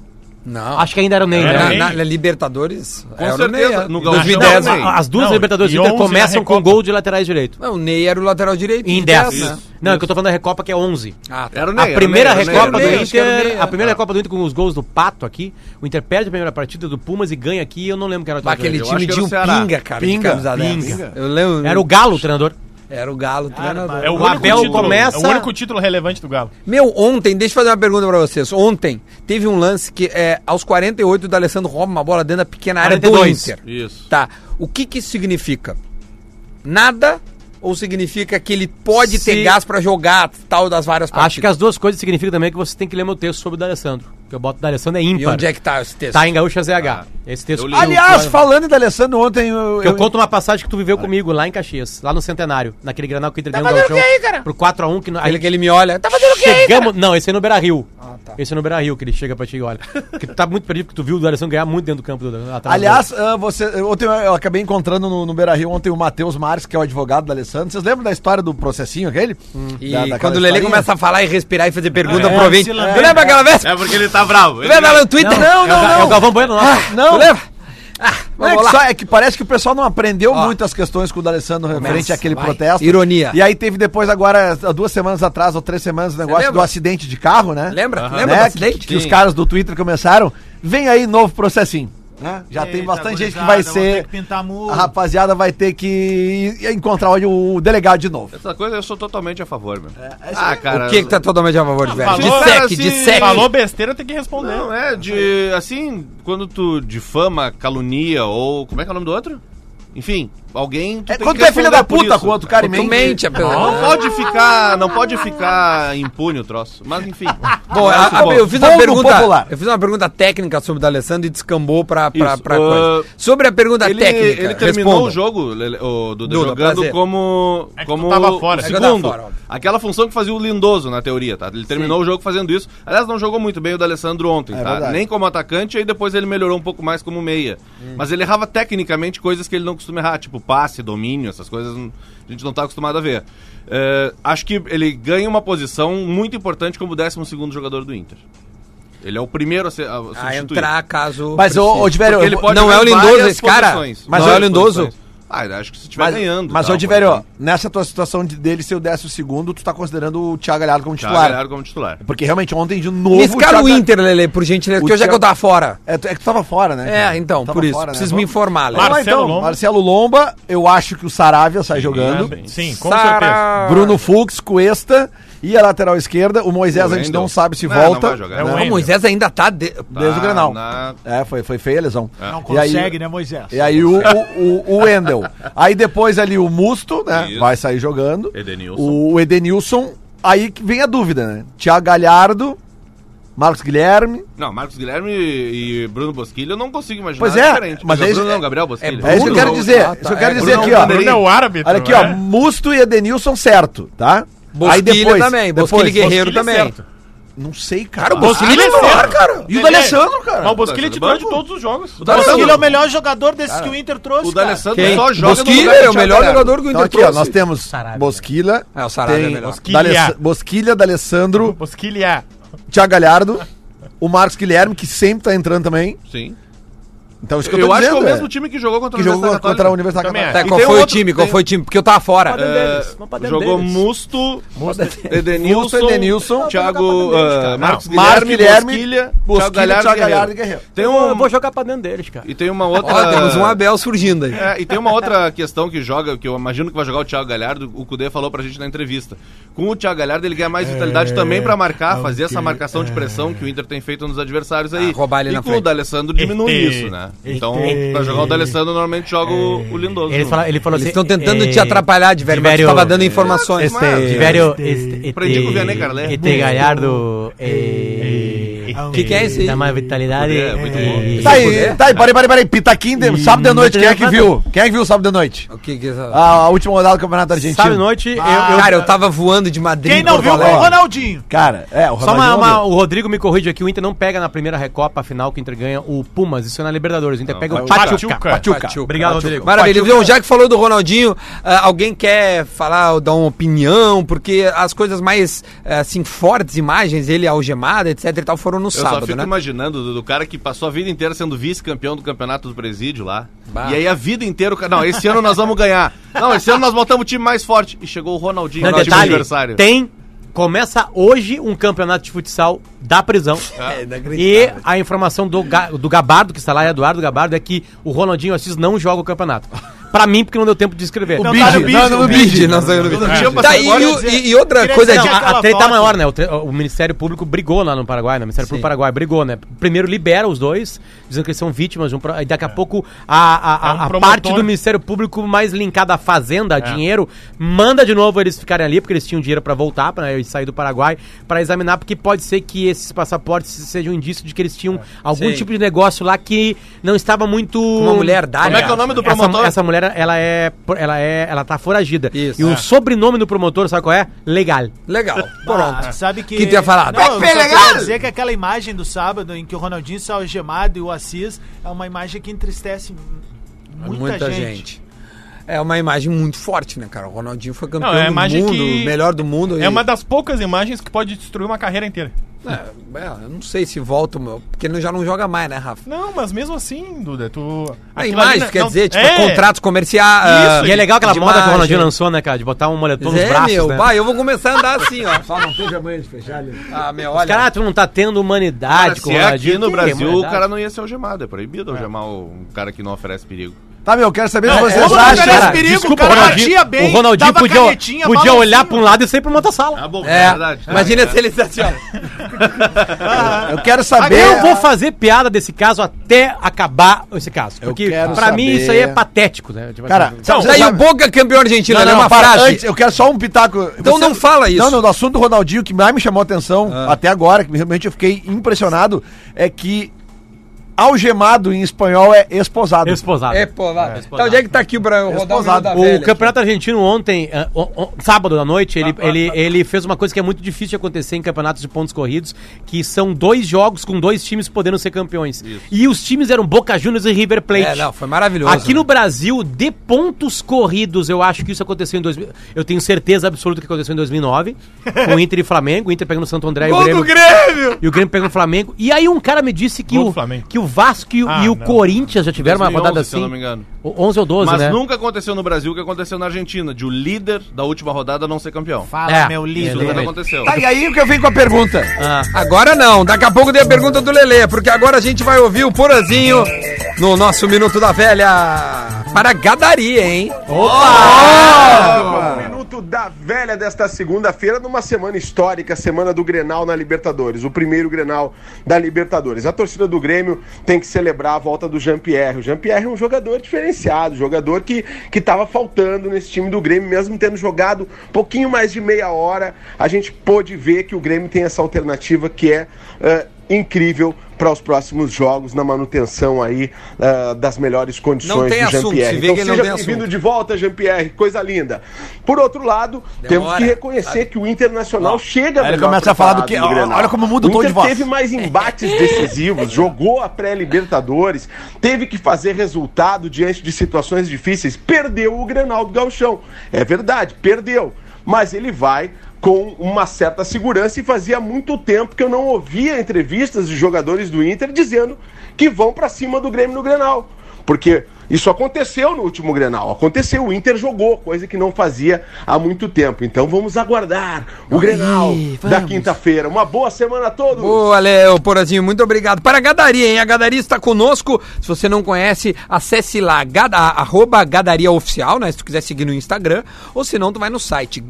Não. Acho que ainda era o Ney, Era né? o Ney. Na, na Libertadores, Com era certeza, o Ney. no No Gauchão. As, 2010. Não, o Ney. as duas Não, Libertadores e do Inter 11 na começam com Recopa. gol de laterais direito. Não, o Ney era o lateral direito. Em de 10. né? Não, é que eu tô falando da Recopa que é 11. Ah, tá. Era o Ney. A era o primeira Ney, era o Ney, era Recopa o do Ney. Ney, acho que era o Ney, Inter, é. a primeira Recopa do Inter com os gols do Pato aqui, o Inter perde a primeira partida do Pumas e ganha aqui, eu não lembro que era o Bah, aquele Eu lateral time acho que de era o um Ceará. pinga, cara. de Pinga, camisa dez. pinga. Eu lembro. direito. Era o Galo, o treinador. era o Galo, treinador. É o, O único Abel título, começa- é o único título relevante do Galo. Meu, ontem, deixa eu fazer uma pergunta pra vocês. Ontem teve um lance que é aos 48 do Alessandro rouba uma bola dentro da pequena área do 42. Inter. Isso. Tá. O que que isso significa? Nada ou significa que ele pode Se- ter gás pra jogar tal das várias partidas? Acho que é as duas coisas significam também que você tem que ler meu texto sobre o D'Alessandro, que eu boto o D'Alessandro é E ímpar. onde é que tá esse texto? Tá em Gaúcha ZH. Esse Eu texto li. Aliás, falando da Alessandro ontem, eu, Que eu conto uma passagem que tu viveu comigo lá em Caxias, lá no Centenário, naquele granal que o Inter ganhou Tá fazendo o Gauchão que aí, cara? Por 4x1, que no- Ele aí que ele me olha. Tá fazendo o quê? aí, cara? Ah, tá. chegamos. Não, esse é no Beira Rio. Esse é no Beira Rio que ele chega pra ti e olha. Porque tu tá muito perdido, porque tu viu o D'Alessandro ganhar muito dentro do campo do tá, atrás do Aliás, ah, você, ontem eu- eu acabei encontrando no, no Beira Rio ontem o Matheus Marques, que é o advogado da Alessandro. Vocês lembram da história do processinho aquele? Hum. E Da- daquela quando o Lelê historinha? começa a falar e respirar e fazer pergunta É, pro ouvinte. se Tu lamber. lembra aquela vez? É porque ele tá bravo. Ele Lembra lá no não- Twitter? Não, não, Gauchão. É o não. Galvão Bueno, nossa. Tu Não, lembra? Ah, não, é vamos que, lá. só- é que parece que o pessoal não aprendeu Ó. muito as questões com o D'Alessandro referente àquele vai. protesto. Ironia. E aí teve depois, agora, há duas semanas atrás, ou três semanas, o negócio lembra? do acidente de carro, né? Lembra? Aham. Lembra Né? do Que- acidente? Que, os caras do Twitter começaram. Vem aí novo processinho. Né? Já tem Eita, bastante gente que gurizada, vai vou ter ser. que Ah, pintar muro. A rapaziada vai ter que encontrar o, o delegado de novo. Essa coisa eu sou totalmente a favor, meu. ah, cara. O que que tá totalmente a favor de velho? falou, assim, cara, assim, Dissec, se dissec. Falou besteira, tem que responder. Não, é de. Assim, quando tu difama, calunia ou. Como é que é o nome do outro? Enfim, alguém. É, tem quando que tu é responder filha da por puta isso. com outro cara e Tu mente. mente, é Não apelão. pode ficar. Não pode ficar impune o troço. Mas enfim. Bom, a- a- eu fiz uma Fogo pergunta. popular. Eu fiz uma pergunta técnica sobre o D'Alessandro e descambou pra, pra, Isso, pra uh, coisa. Sobre a pergunta ele, técnica. ele terminou respondam. o jogo, Lele- o Duda, Duda, jogando prazer. como. É que tu como tava fora. o É que eu tava segundo. fora, óbvio. Aquela função que fazia o Lindoso, na teoria, tá? Ele terminou o jogo fazendo isso. Aliás, não jogou muito bem o D'Alessandro ontem, É tá? verdade. Nem como atacante, aí depois ele melhorou um pouco mais como meia. Hum. Mas ele errava tecnicamente coisas que ele não costuma errar, tipo passe, domínio, essas coisas n- a gente não tá acostumado a ver. É, acho que ele ganha uma posição muito importante como 12 segundo jogador do Inter. Ele é o primeiro a, ser, a A substituir. entrar caso. Mas, ô, ô Diverio, Porque ele eu- pode não é o jogar em Lindoso várias esse cara? posições. Mas Não é o várias Lindoso? posições. Ah, acho que se tiver mas, ganhando. Mas, tá, ô Diverio, pode- nessa tua situação de- dele ser o décimo segundo, tu tá considerando o Thiago Galhardo como Thiago titular. Galhardo como titular. Porque realmente ontem de novo. Nesse cara o Thiago- Inter, Lele, por gentileza, O porque eu já que eu tava Thiago- fora. É, tu- é que tu tava fora, né? É, cara? então, Tava por isso. fora, né? Preciso me Vamos- informar, Lele. Vamos lá, Marcelo então. Lomba. Marcelo Lomba, eu acho que o Saravia sai jogando. Sim, com certeza. Sara- Bruno Fux, Cuesta e a lateral esquerda. O Moisés O a gente não Wendel. sabe se Não, volta. não vai jogar. né? É o Ah, O Moisés ainda tá. de- Desde o Grenal. na- É. É, foi, foi feia a lesão. Não E aí- consegue, né, Moisés? E aí o, o, o- o Wendel. Aí depois ali o Musto, né? Isso. Vai sair jogando. Edenilson. O Edenilson. Aí que vem a dúvida, né? Thiago Galhardo, Marcos Guilherme. Não, Marcos Guilherme e e Bruno Bosquilho eu não consigo imaginar Pois é, mas Mas é é isso- Bruno, não, Gabriel Bosquilho. Bruno, É isso que eu quero dizer. Ah, tá. Isso que eu quero É, dizer Bruno aqui, ó. Bruno Bruno é o árbitro. Olha aqui, ó. é. Musto e Edenilson certo, tá? Bosquilha também, Bosquilha Guerreiro também. Bosquilha é certo. Não sei, cara. o Bosquilha é melhor, cara. e o D'Alessandro, cara? Mas o Bosquilha é titular de todos os jogos. O Bosquilha é o melhor jogador desses que o Inter trouxe. O cara. D'Alessandro Quem? só joga no Bosquilha lugar que é o tinha melhor Pelé. jogador que o Então Inter aqui, ó, trouxe. nós temos Sarabia. Bosquilha, É, o Sarabia tem é melhor. Bosquilha. D'Aless- Bosquilha, D'Alessandro, Bosquilha. Thiago Galhardo, o Marcos Guilherme, que sempre tá entrando também. Sim. Então, isso que eu, Eu tô acho que é dizendo, o é, mesmo time que jogou contra que jogou contra a Universidade Também Católica. Tá, E qual tem foi o outro- time? Qual tem- foi o time? Porque eu tava fora. É, jogou Musto, Musto, Edenilson, Edenilson, Thiago, ah, Marcos Marcos Guilherme, Guilherme, Bosquilha, Bosquilha, Thiago Galhardo e Guerreiro. Guerreiro. Tem Eu um, vou jogar pra dentro deles, cara. e tem uma Ó, outra... temos um Abel surgindo aí. É, e tem uma outra questão que joga, que eu imagino que vai jogar o Thiago Galhardo, o Cudê falou pra gente na entrevista. Com o Thiago Galhardo, ele ganha mais vitalidade É, também pra marcar, fazer essa marcação de pressão que o Inter tem feito nos adversários aí. Ah, roubar ele e na com frente. o D'Alessandro diminui Ete. isso, né? Então, pra jogar o D'Alessandro, normalmente joga o, o Lindoso. né? É. Ele, fala, ele falou Eles assim... estão tentando eh, te atrapalhar, de é. velho, mas tu Diverio, tava dando eh, informações. Este- Mas- Tiverio, este, É. Aprendi com o Vianney Carlet. este Gallardo, eh, Que que é esse? Dá mais vitalidade. É, muito bom. eh, Tá aí, tá aí, parei, parei, parei. Pitaquim, de- sábado de noite, quem é que viu? Quem é que viu sábado de noite? Ah, O que que é essa- Ah, A, a última rodada do Campeonato Argentino. Sábado à noite, eu- eu, Cara, eu tava voando de Madrid. Quem em não Porto viu foi o Alegre. Ronaldinho. Cara, é, o Só uma, Ronaldinho uma- mandou. o Rodrigo me corrige aqui, o Inter não pega na primeira Recopa, a final que o Inter ganha o Pumas, isso é na Libertadores, o Inter pega o Pachuca. é Pachuca. Pachuca. Obrigado, Rodrigo. Maravilha. Viu, já que falou do Ronaldinho, ah, alguém quer falar, ou dar uma opinião, porque as coisas mais, assim, fortes, imagens, ele algemado, etc e tal, foram no Eu só sábado, fico né? imaginando do, do cara que passou a vida inteira sendo vice-campeão do campeonato do presídio lá. Bah. E aí a vida inteira o cara. Não, esse ano nós vamos ganhar. Não, esse ano nós botamos o time mais forte. E chegou o Ronaldinho, Não, no time detalhe, adversário. tem, começa hoje um campeonato de futsal da prisão. É. Ah. e a informação do, Ga- do Gabardo, que está lá, é Eduardo Gabardo, é que o Ronaldinho Assis não joga o campeonato. Pra mim, porque não deu tempo de escrever. Não, Não, tá no Bid, Bid. não, não, Bid. nós ganhamos no Não tinha Tá, e, passaporte. o- e- e outra Queria coisa dizer de... que aquela é a, a treta foto- maior, né? O, tre- o Ministério Público brigou lá no Paraguai, né? O Ministério Público Paraguai brigou, né? Primeiro libera os dois, dizendo que eles são vítimas de um. pro- E daqui a pouco a, a, a- É um a promotor. parte do Ministério Público mais linkada à Fazenda, a dinheiro, manda de novo eles ficarem ali, porque eles tinham dinheiro pra voltar, pra eles sair do Paraguai, pra examinar, porque pode ser que esses passaportes sejam um indício de que eles tinham algum Sim. tipo de negócio lá que não estava muito. uma mulher dá, Como é que é o nome do promotor? Essa, essa mulher, ela é, ela é, ela tá foragida. Isso. E o É. sobrenome do promotor, sabe qual é? Legal. Legal. Ah, Pronto. sabe que. Que tinha falado. Não, Vai eu que foi só legal. queria dizer que aquela imagem do sábado em que o Ronaldinho saiu algemado e o Assis é uma imagem que entristece muita, gente. É uma imagem muito forte, né, cara? O Ronaldinho foi campeão Não, é a do imagem mundo, que- melhor do mundo. É e- uma das poucas imagens que pode destruir uma carreira inteira. É, é, eu não sei se volta, meu, porque ele já não joga mais, né, Rafa? Não, mas mesmo assim, Duda, tu. A aquilo ali imagem, não- quer não- dizer, tipo, é, contratos comerciais. ah, E é legal aquela de moda que o imagem. Ronaldinho lançou, né, cara? De botar um moletom nos é, braços, meu, né? pai, eu vou começar a andar assim, ó. Só não seja manhã de fechar ali. Ah, meu, Os olha. caras, ah, tu não tá tendo Cara, humanidade com o se é aqui Ronaldinho. no tipo, Que Brasil, o humanidade? cara não ia ser algemado. É proibido algemar o- um cara que não oferece perigo. Tá, meu, eu quero saber se Não, vocês como Cara, acham. oferece Cara, cara, perigo, Desculpa, o o cara Ronaldinho, batia bem, o Ronaldinho dava podia, canetinha, podia balancinho. olhar pra um lado e sair pra uma outra sala. bom, É, imagina se ele dissesse, assim, ó. eu quero Eu saber. vou fazer piada desse caso até acabar esse caso. Eu Porque quero pra mim saber- isso aí é patético, né? Tipo Cara, assim, sabe- Daí o sabe- Boca é campeão argentino, Não, né? não, uma para, frase. antes, eu quero só um pitaco. Então não fala isso. Não, não, do assunto do Ronaldinho, que mais me chamou a atenção até agora, que realmente eu fiquei impressionado, é que algemado em espanhol é esposado. Esposado. É, pô, lá. Então, onde é que tá aqui pra eu rodar o Esposado. Tá da O velha? Campeonato Argentino ontem, eh, o- o- sábado à noite, Tá, ele, ele, ele fez uma coisa que é muito difícil de acontecer em campeonatos de pontos corridos, que são dois jogos com dois times podendo ser campeões. E os times eram Boca Juniors e River Plate. É, não, foi maravilhoso. né? Aqui no Brasil, de pontos corridos, eu acho que isso aconteceu em 2000. Eu tenho certeza absoluta que aconteceu em 2009, com o Inter e Flamengo, o Inter pegando o Santo André e o Grêmio. Grêmio! E o Grêmio pegando o Flamengo. E aí um cara me disse que, Gol do o, Flamengo. que o Vasco e, o- Ah, e o não. Corinthians já tiveram uma rodada 2011, se eu assim. não me engano. O- 11 ou 12, Mas né? nunca aconteceu no Brasil o que aconteceu na Argentina, de o líder da última rodada não ser campeão. Fala, É, Ah, meu Isso lindo. nunca exatamente. aconteceu. Tá, e aí que eu venho com a pergunta. Ah. Agora não, daqui a pouco tem a pergunta do Lelê, porque agora a gente vai ouvir o Porazinho no nosso Minuto da Velha para Gadaria, hein? um Minuto da velha desta segunda-feira, numa semana histórica, semana do Grenal na Libertadores, o primeiro Grenal da Libertadores. A torcida do Grêmio tem que celebrar a volta do Jean-Pierre. O Jean-Pierre é um jogador diferenciado, jogador que que estava faltando nesse time do Grêmio, mesmo tendo jogado pouquinho mais de meia hora, a gente pôde ver que o Grêmio tem essa alternativa que é eh, incrível para os próximos jogos, na manutenção aí ah, das melhores condições Não tem do assunto, se Jean-Pierre. Então vê que ele não seja tem bem-vindo assunto. de volta, Jean-Pierre, coisa linda. Por outro lado, temos que reconhecer que o Internacional chega Aí ele melhor começa a falar do preparado que- no Grenal. olha como muda o tom Inter de voz. teve mais embates decisivos, jogou a pré-Libertadores, teve que fazer resultado diante de situações difíceis, perdeu o Grenal do Galchão. É verdade, perdeu. Mas ele vai com uma certa segurança e fazia muito tempo que eu não ouvia entrevistas de jogadores do Inter dizendo que vão para cima do Grêmio no Grenal. Porque isso aconteceu no último Grenal. Aconteceu, o Inter jogou, coisa que não fazia há muito tempo. Então vamos aguardar o Grenal da quinta-feira. Uma boa semana a todos! Boa, Léo Porazinho, muito obrigado. Para a Gadaria, hein? A Gadaria está conosco. Se você não conhece, acesse lá, gada, arroba Gadaria Oficial, né? Se tu quiser seguir no Instagram. Ou se não, tu vai no site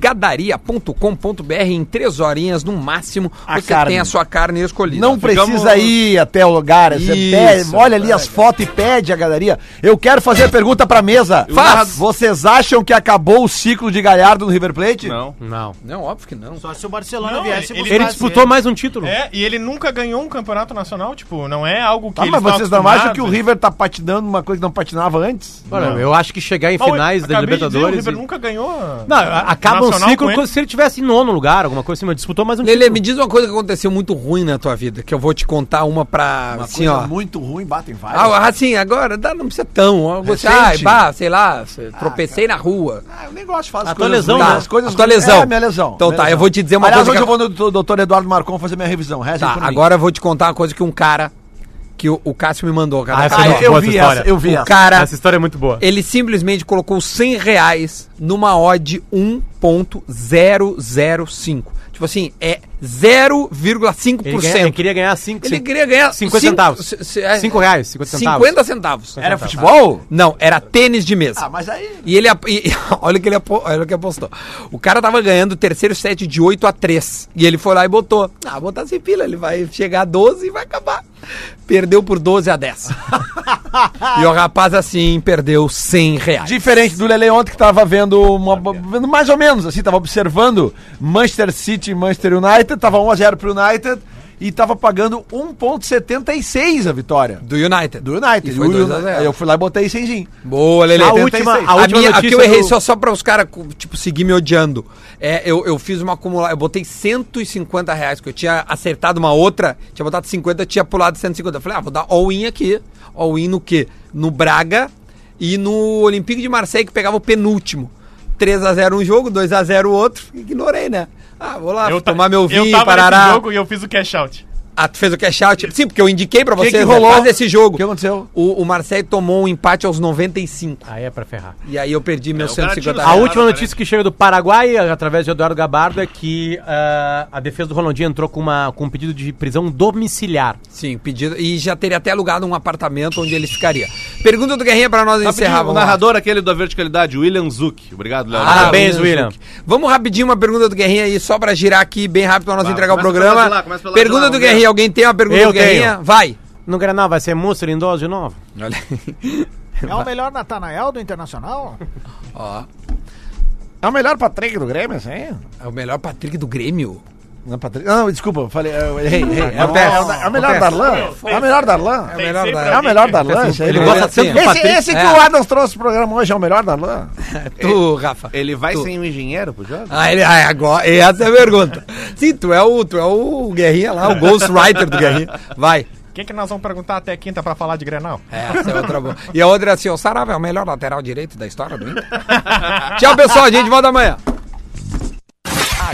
gadaria.com.br. Em três horinhas, no máximo, A você carne. tem a sua carne escolhida. Não precisa ir até o lugar. Você Isso, é. pede- olha ali as fotos e pede a galeria. Eu quero fazer a pergunta pra mesa. Faz. Vocês acham que acabou o ciclo de Galhardo no River Plate? Não. Não. Não, óbvio que não. Só se o Barcelona Não, viesse ele- buscar Ele a disputou mais um título. É, e ele nunca ganhou um campeonato nacional, tipo, não é algo que Ah, mas estão vocês não acham acostumados. que o River tá patinando uma coisa que não patinava antes? Olha, eu acho que chegar em Mas eu finais da acabei de dizer, Libertadores. o e- River nunca ganhou. Não, a- acaba o nacional ciclo com ele. quando- se ele tivesse em nono lugar, alguma coisa assim, mas disputou mais um Lele, me diz uma coisa que aconteceu muito ruim na tua vida, que eu vou te contar uma pra. assim, ó. muito ruim, batem várias. Ah, assim, agora dá, não precisa tão. ó, Você, Recente? ai, bah, sei lá, você- tropecei na rua. Ah, eu nem gosto de falar A tua lesão, ruins, né? as coisas A tua ruins. lesão. É, minha lesão. Então minha tá, lesão. eu vou te dizer uma Aliás, coisa hoje que- eu vou no doutor Eduardo Marcon fazer minha revisão. Rezem Tá, por mim. agora eu vou te contar uma coisa que um cara. Que o, o Cássio me mandou, cara. Ah, essa Ah, é eu, uma boa vi essa essa, história. eu vi O essa. cara, Essa história é muito boa. ele simplesmente colocou 100 reais numa odd 1.005. Tipo assim, é 0,5%. Ele, ganha- é ele queria ganhar 5 Ele queria ganhar cinco- 50 centavos. c- c- é, 5 reais, 50 centavos. 50 centavos. Era futebol? Não, era tênis de mesa. Ah, mas aí... E ele. ap- e- olha, o que ele apo- olha o que apostou. O cara tava ganhando o terceiro set de 8 a 3. E ele foi lá e botou. Ah, vou botar sem pila, ele vai chegar a 12 e vai acabar. Perdeu por 12 a 10. e o rapaz assim perdeu 100 reais. Diferente do Lele ontem que tava vendo uma, vendo mais ou menos assim, tava observando Manchester City e Manchester United, tava 1 a 0 pro United e tava pagando 1.76 a vitória Do United. do United. E foi E o 2 a 0. Eu fui lá e botei 100. Boa, Lele. A última- a a última minha, aqui notícia eu errei do- só, só para os caras, tipo, seguir me odiando. É, eu, eu fiz uma acumulada, eu botei 150 reais, que eu tinha acertado uma outra, tinha botado 50, tinha pulado 150. Eu falei, ah, vou dar all-in aqui. All-in no quê? No Braga e no Olympique de Marseille, que pegava o penúltimo. 3x0 um jogo, 2x0 o outro. Ignorei, né? Ah, vou lá ta- tomar meu eu vinho, tava nesse parará. jogo e eu fiz o cash out. Ah, tu fez o cash out? Sim, porque eu indiquei pra vocês que né, rolou? faz esse jogo. O que aconteceu? O, o Marseille tomou um empate aos 95. Aí é pra ferrar. E aí eu perdi meus É, cara 150 tira- A Claro, última né? notícia que chega do Paraguai, é através de Eduardo Gabardo, é que ah, a defesa do Ronaldinho entrou com, uma, com um pedido de prisão domiciliar. Sim, pedido. E já teria até alugado um apartamento onde ele ficaria. Pergunta do Guerrinha pra nós encerrar. o vamos lá. Ah, narrador aquele da verticalidade, William Zuck. Obrigado, Léo. Parabéns, William. Zuc. Vamos rapidinho uma pergunta do Guerrinha aí, só pra girar aqui bem rápido pra nós Vai, entregar o começa programa. pela de lá, começa pela de pergunta lá, do vamos Guerrinha. ver. Alguém tem uma pergunta Eu do Guerrinha? tenho. Vai. No Granal vai ser monstro lindoso de novo? Olha É o melhor Natanael do Internacional? Ó, É o melhor Patrick do Grêmio, assim? é o melhor Patrick do Grêmio. Não, Patrick. Não, desculpa, eu falei, eu errei, errei. É, o- Acontece. é o- é o melhor Acontece. Darlan. É o melhor Darlan. É o melhor da... É o melhor Darlan. esse aí. Ele Esse- gosta sempre do Esse, Patrick. esse que É. o Adams trouxe pro programa hoje é o melhor Darlan. Tu, Rafa. Ele vai Tu. sem o engenheiro pro jogo? Ah, ele, ah, agora, essa é a pergunta. Sim, tu é o, tu é o Guerrinha lá, o ghostwriter do Guerrinha. Vai. O que, que nós vamos perguntar até quinta pra falar de Grenal? É, Essa é outra boa. E a outra é assim, o Sarava é o melhor lateral direito da história do Inter. Tchau, pessoal. A gente volta amanhã.